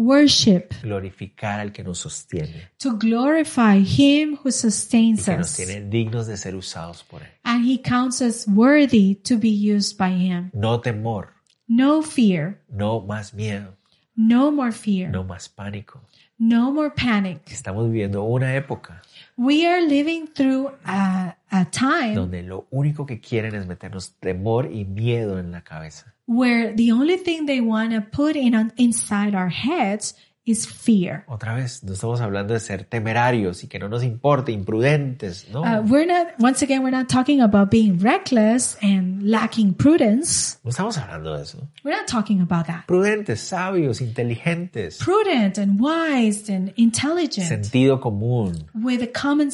Speaker 2: worship
Speaker 1: glorificar al que nos sostiene
Speaker 2: to glorify Him who
Speaker 1: y
Speaker 2: sustains
Speaker 1: que nos
Speaker 2: us.
Speaker 1: tiene dignos de ser usados por él.
Speaker 2: And He counts us worthy to be used by Him.
Speaker 1: No temor,
Speaker 2: No fear.
Speaker 1: no más miedo,
Speaker 2: No more fear.
Speaker 1: no más pánico.
Speaker 2: No more panic.
Speaker 1: Estamos viviendo una época
Speaker 2: We are living through a, a time
Speaker 1: donde lo único que quieren es meternos temor y miedo en la cabeza.
Speaker 2: where the only thing they want to put in on, inside our heads is fear.
Speaker 1: Otra vez, no estamos hablando de ser temerarios y que no nos importe, imprudentes, ¿no?
Speaker 2: Uh, we're not, once again, we're not talking about being reckless and lacking prudence.
Speaker 1: no estamos hablando de eso.
Speaker 2: We're not talking about that.
Speaker 1: Prudentes, sabios, inteligentes,
Speaker 2: Prudent and wise and intelligent
Speaker 1: sentido común,
Speaker 2: with a common
Speaker 1: pero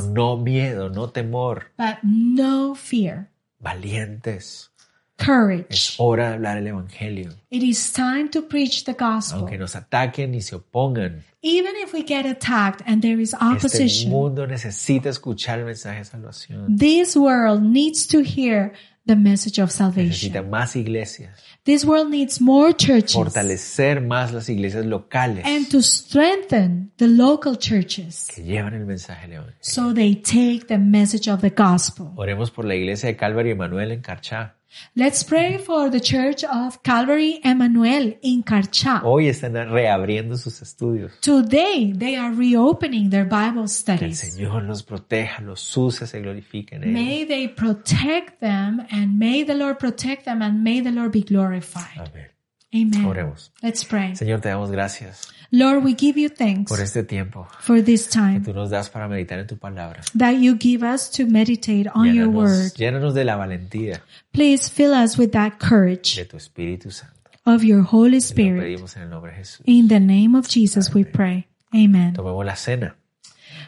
Speaker 2: sense,
Speaker 1: no miedo, no temor,
Speaker 2: but no fear.
Speaker 1: valientes. Es
Speaker 2: Courage.
Speaker 1: hora de hablar el evangelio.
Speaker 2: It is time to preach the gospel.
Speaker 1: aunque nos ataquen y se opongan.
Speaker 2: Even if we get attacked and there is
Speaker 1: Este
Speaker 2: opposition,
Speaker 1: mundo necesita escuchar el mensaje de salvación.
Speaker 2: this world needs to hear the message of salvation.
Speaker 1: Necesita más iglesias,
Speaker 2: This world needs more churches
Speaker 1: fortalecer más las iglesias locales
Speaker 2: and to strengthen the local churches
Speaker 1: que llevan el mensaje del evangelio.
Speaker 2: so they take the message of the gospel.
Speaker 1: Oremos por la iglesia de Calvary Emanuel en Carchá.
Speaker 2: Let's pray for the church of Calvary Emmanuel in Karcha.
Speaker 1: Hoy están reabriendo sus estudios.
Speaker 2: Today they are reopening their
Speaker 1: Que
Speaker 2: Bible
Speaker 1: el
Speaker 2: studies.
Speaker 1: Señor los proteja, los use, se glorifiquen en él.
Speaker 2: May they protect them and may the Lord protect them and may the Lord be glorified.
Speaker 1: Amén.
Speaker 2: Amen.
Speaker 1: Oremos.
Speaker 2: Let's pray.
Speaker 1: Señor, te damos gracias
Speaker 2: Lord, we give you thanks
Speaker 1: por este tiempo
Speaker 2: for this
Speaker 1: que
Speaker 2: time
Speaker 1: tú nos das para meditar en tu palabra.
Speaker 2: that you give us to meditate on your word.
Speaker 1: Llénanos, llénanos de la valentía
Speaker 2: Please fill us with that courage
Speaker 1: de tu Espíritu Santo.
Speaker 2: of your Holy
Speaker 1: Te lo
Speaker 2: Spirit.
Speaker 1: pedimos en el nombre de Jesús.
Speaker 2: In the name of Jesus, we pray. Amen.
Speaker 1: Tomemos la cena.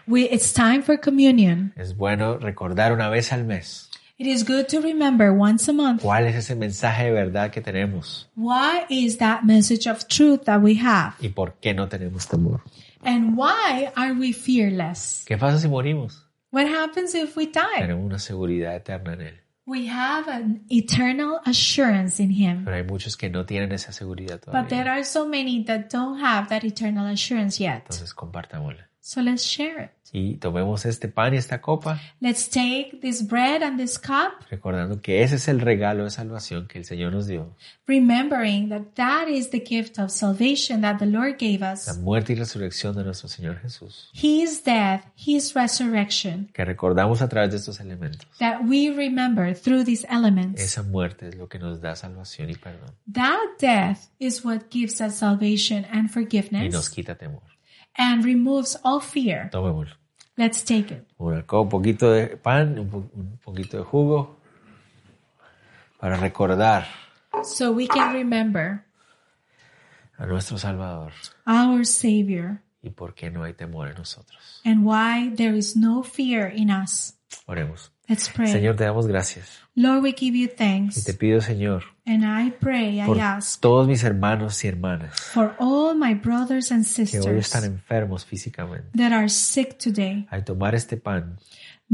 Speaker 2: We, it's time for communion.
Speaker 1: Es bueno recordar una vez al mes
Speaker 2: It is good to remember once a month
Speaker 1: cuál es ese mensaje de verdad que tenemos
Speaker 2: why is that message of truth that we have
Speaker 1: y por qué no tenemos temor.
Speaker 2: and why are we fearless?
Speaker 1: ¿Qué pasa si morimos?
Speaker 2: What happens if we die?
Speaker 1: Tenemos una seguridad eterna en Él.
Speaker 2: We have an eternal assurance in Him.
Speaker 1: Pero hay muchos que no tienen esa seguridad
Speaker 2: But there
Speaker 1: todavía.
Speaker 2: are so many that don't have that eternal assurance yet.
Speaker 1: Entonces compartámosla.
Speaker 2: So let's share it.
Speaker 1: Y tomemos este pan y esta copa,
Speaker 2: Let's take this bread and this cup,
Speaker 1: recordando que ese es el regalo de salvación que el Señor nos dio.
Speaker 2: remembering that that is the gift of salvation that the Lord gave
Speaker 1: La
Speaker 2: us.
Speaker 1: muerte y resurrección de nuestro Señor Jesús,
Speaker 2: His death, His resurrection,
Speaker 1: que recordamos a través de estos elementos.
Speaker 2: that we remember through these elements.
Speaker 1: Esa muerte es lo que nos da salvación y perdón.
Speaker 2: That death is what gives us salvation and
Speaker 1: Y nos
Speaker 2: forgiveness
Speaker 1: quita temor.
Speaker 2: and removes all fear.
Speaker 1: Tomémoslo.
Speaker 2: Let's take it.
Speaker 1: Una co- un poquito de pan, un, po- un poquito de jugo, para recordar
Speaker 2: So we can remember
Speaker 1: a nuestro Salvador
Speaker 2: our Savior
Speaker 1: y por qué no hay temor en nosotros.
Speaker 2: and why there is no fear in us.
Speaker 1: Oremos.
Speaker 2: Let's pray.
Speaker 1: Señor, te damos gracias.
Speaker 2: Lord, we give you
Speaker 1: Y
Speaker 2: thanks.
Speaker 1: te pido, Señor,
Speaker 2: And I pray, I
Speaker 1: por
Speaker 2: ask
Speaker 1: todos mis hermanos y hermanas
Speaker 2: for all my brothers and
Speaker 1: que hoy están
Speaker 2: sisters
Speaker 1: enfermos físicamente,
Speaker 2: that are sick today.
Speaker 1: al tomar este pan,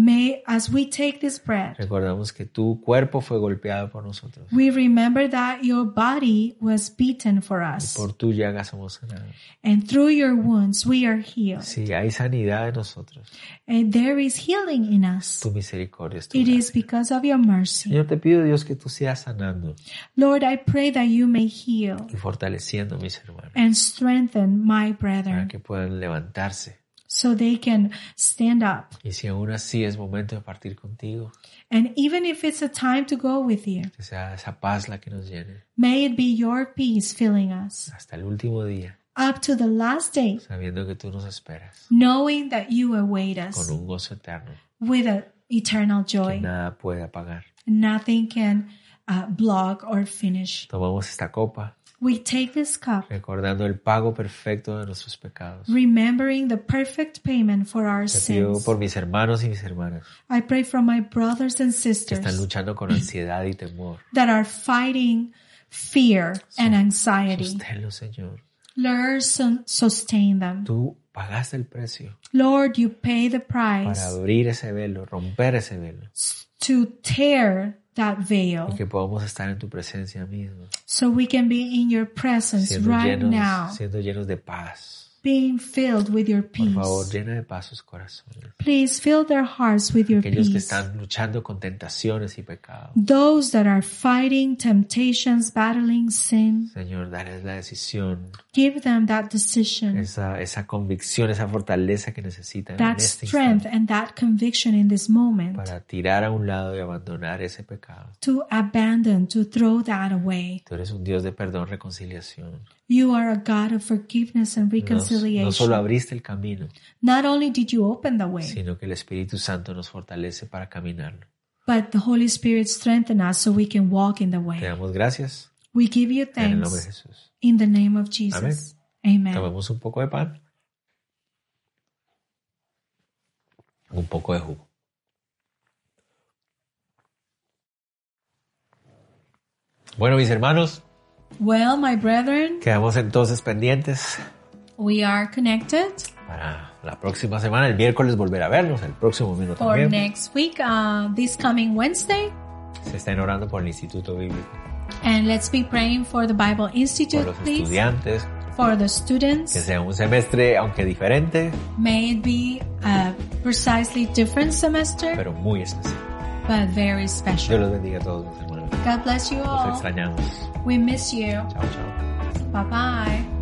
Speaker 2: May, as we take this bread,
Speaker 1: recordamos que tu cuerpo fue golpeado por nosotros.
Speaker 2: we remember that your body was beaten for
Speaker 1: Y
Speaker 2: us,
Speaker 1: por tu llaga somos sanados.
Speaker 2: and through your wounds we are healed.
Speaker 1: Si hay sanidad en nosotros,
Speaker 2: And there is healing in us.
Speaker 1: tu misericordia es tu
Speaker 2: It
Speaker 1: gracia.
Speaker 2: is because of your mercy.
Speaker 1: Señor, te pido, Dios, que tú seas sanando
Speaker 2: Lord, I pray that you may heal
Speaker 1: y fortaleciendo a mis hermanos
Speaker 2: and strengthen my
Speaker 1: para
Speaker 2: brethren
Speaker 1: que puedan levantarse.
Speaker 2: so they can stand up.
Speaker 1: Y si aún así es momento de partir contigo,
Speaker 2: And even if it's a time to go with you,
Speaker 1: que sea esa paz la que nos llene
Speaker 2: may it be your peace filling us.
Speaker 1: hasta el último día,
Speaker 2: up to the last day,
Speaker 1: sabiendo que tú nos esperas
Speaker 2: knowing that you await
Speaker 1: con
Speaker 2: us
Speaker 1: un gozo eterno
Speaker 2: with an eternal
Speaker 1: que
Speaker 2: joy.
Speaker 1: nada puede apagar.
Speaker 2: Nothing can uh, block or finish.
Speaker 1: Tomamos esta copa
Speaker 2: We take this cup,
Speaker 1: recordando el pago perfecto de nuestros pecados.
Speaker 2: remembering the perfect payment for our
Speaker 1: Te pido
Speaker 2: sins.
Speaker 1: por mis hermanos y mis hermanas
Speaker 2: I pray for my brothers and
Speaker 1: que están
Speaker 2: sisters
Speaker 1: luchando con ansiedad y temor.
Speaker 2: that are fighting fear and anxiety.
Speaker 1: Sosténlo, Señor.
Speaker 2: Lord, sun- sustain them.
Speaker 1: Tú pagaste el precio
Speaker 2: Lord, you pay the
Speaker 1: para
Speaker 2: price
Speaker 1: abrir ese velo, romper ese velo
Speaker 2: to tear that
Speaker 1: y
Speaker 2: veil
Speaker 1: que podamos estar en tu presencia misma,
Speaker 2: so we can be in your presence
Speaker 1: siendo
Speaker 2: right now.
Speaker 1: llenos, siendo llenos de paz.
Speaker 2: being filled with your
Speaker 1: Por favor,
Speaker 2: peace.
Speaker 1: llena de paz sus corazones.
Speaker 2: Please fill their hearts with your
Speaker 1: Aquellos que
Speaker 2: peace.
Speaker 1: están luchando con tentaciones y pecados.
Speaker 2: Those that are fighting temptations, battling sin,
Speaker 1: Señor, dales la decisión,
Speaker 2: give them that decision,
Speaker 1: esa, esa convicción, esa fortaleza que necesitan en
Speaker 2: that
Speaker 1: este
Speaker 2: strength,
Speaker 1: instante
Speaker 2: and that conviction in this moment
Speaker 1: para tirar a un lado y abandonar ese pecado.
Speaker 2: to abandon, to throw that away.
Speaker 1: Tú eres un Dios de perdón, reconciliación.
Speaker 2: You are a God of forgiveness and
Speaker 1: Nos- no solo
Speaker 2: reconciliation.
Speaker 1: abriste el camino,
Speaker 2: Not only did you open the way,
Speaker 1: sino que el Espíritu Santo nos fortalece para caminarlo.
Speaker 2: but the Holy Spirit strengthened us so we can walk in the
Speaker 1: Te
Speaker 2: way.
Speaker 1: damos gracias
Speaker 2: We give you
Speaker 1: en el nombre de
Speaker 2: thanks
Speaker 1: Jesús.
Speaker 2: in the name of Jesus. Amen.
Speaker 1: Tomemos un poco de pan, un poco de jugo. Bueno, mis hermanos,
Speaker 2: Well, my brethren,
Speaker 1: Quedamos entonces pendientes
Speaker 2: we are connected
Speaker 1: para la próxima semana, el miércoles volver a vernos, el próximo minuto
Speaker 2: for
Speaker 1: también.
Speaker 2: next week, uh, this coming Wednesday.
Speaker 1: Se estén orando por el Instituto Bíblico,
Speaker 2: And let's be praying for the Bible
Speaker 1: por
Speaker 2: Institute,
Speaker 1: los
Speaker 2: please,
Speaker 1: estudiantes,
Speaker 2: for the
Speaker 1: que
Speaker 2: students.
Speaker 1: sea un semestre, aunque diferente,
Speaker 2: May it be a precisely different semester,
Speaker 1: pero muy especial.
Speaker 2: but very
Speaker 1: Dios
Speaker 2: special.
Speaker 1: los bendiga a todos mis hermanos.
Speaker 2: God bless you
Speaker 1: Los
Speaker 2: all.
Speaker 1: extrañamos.
Speaker 2: We miss you.
Speaker 1: Chao, chao.
Speaker 2: Bye bye.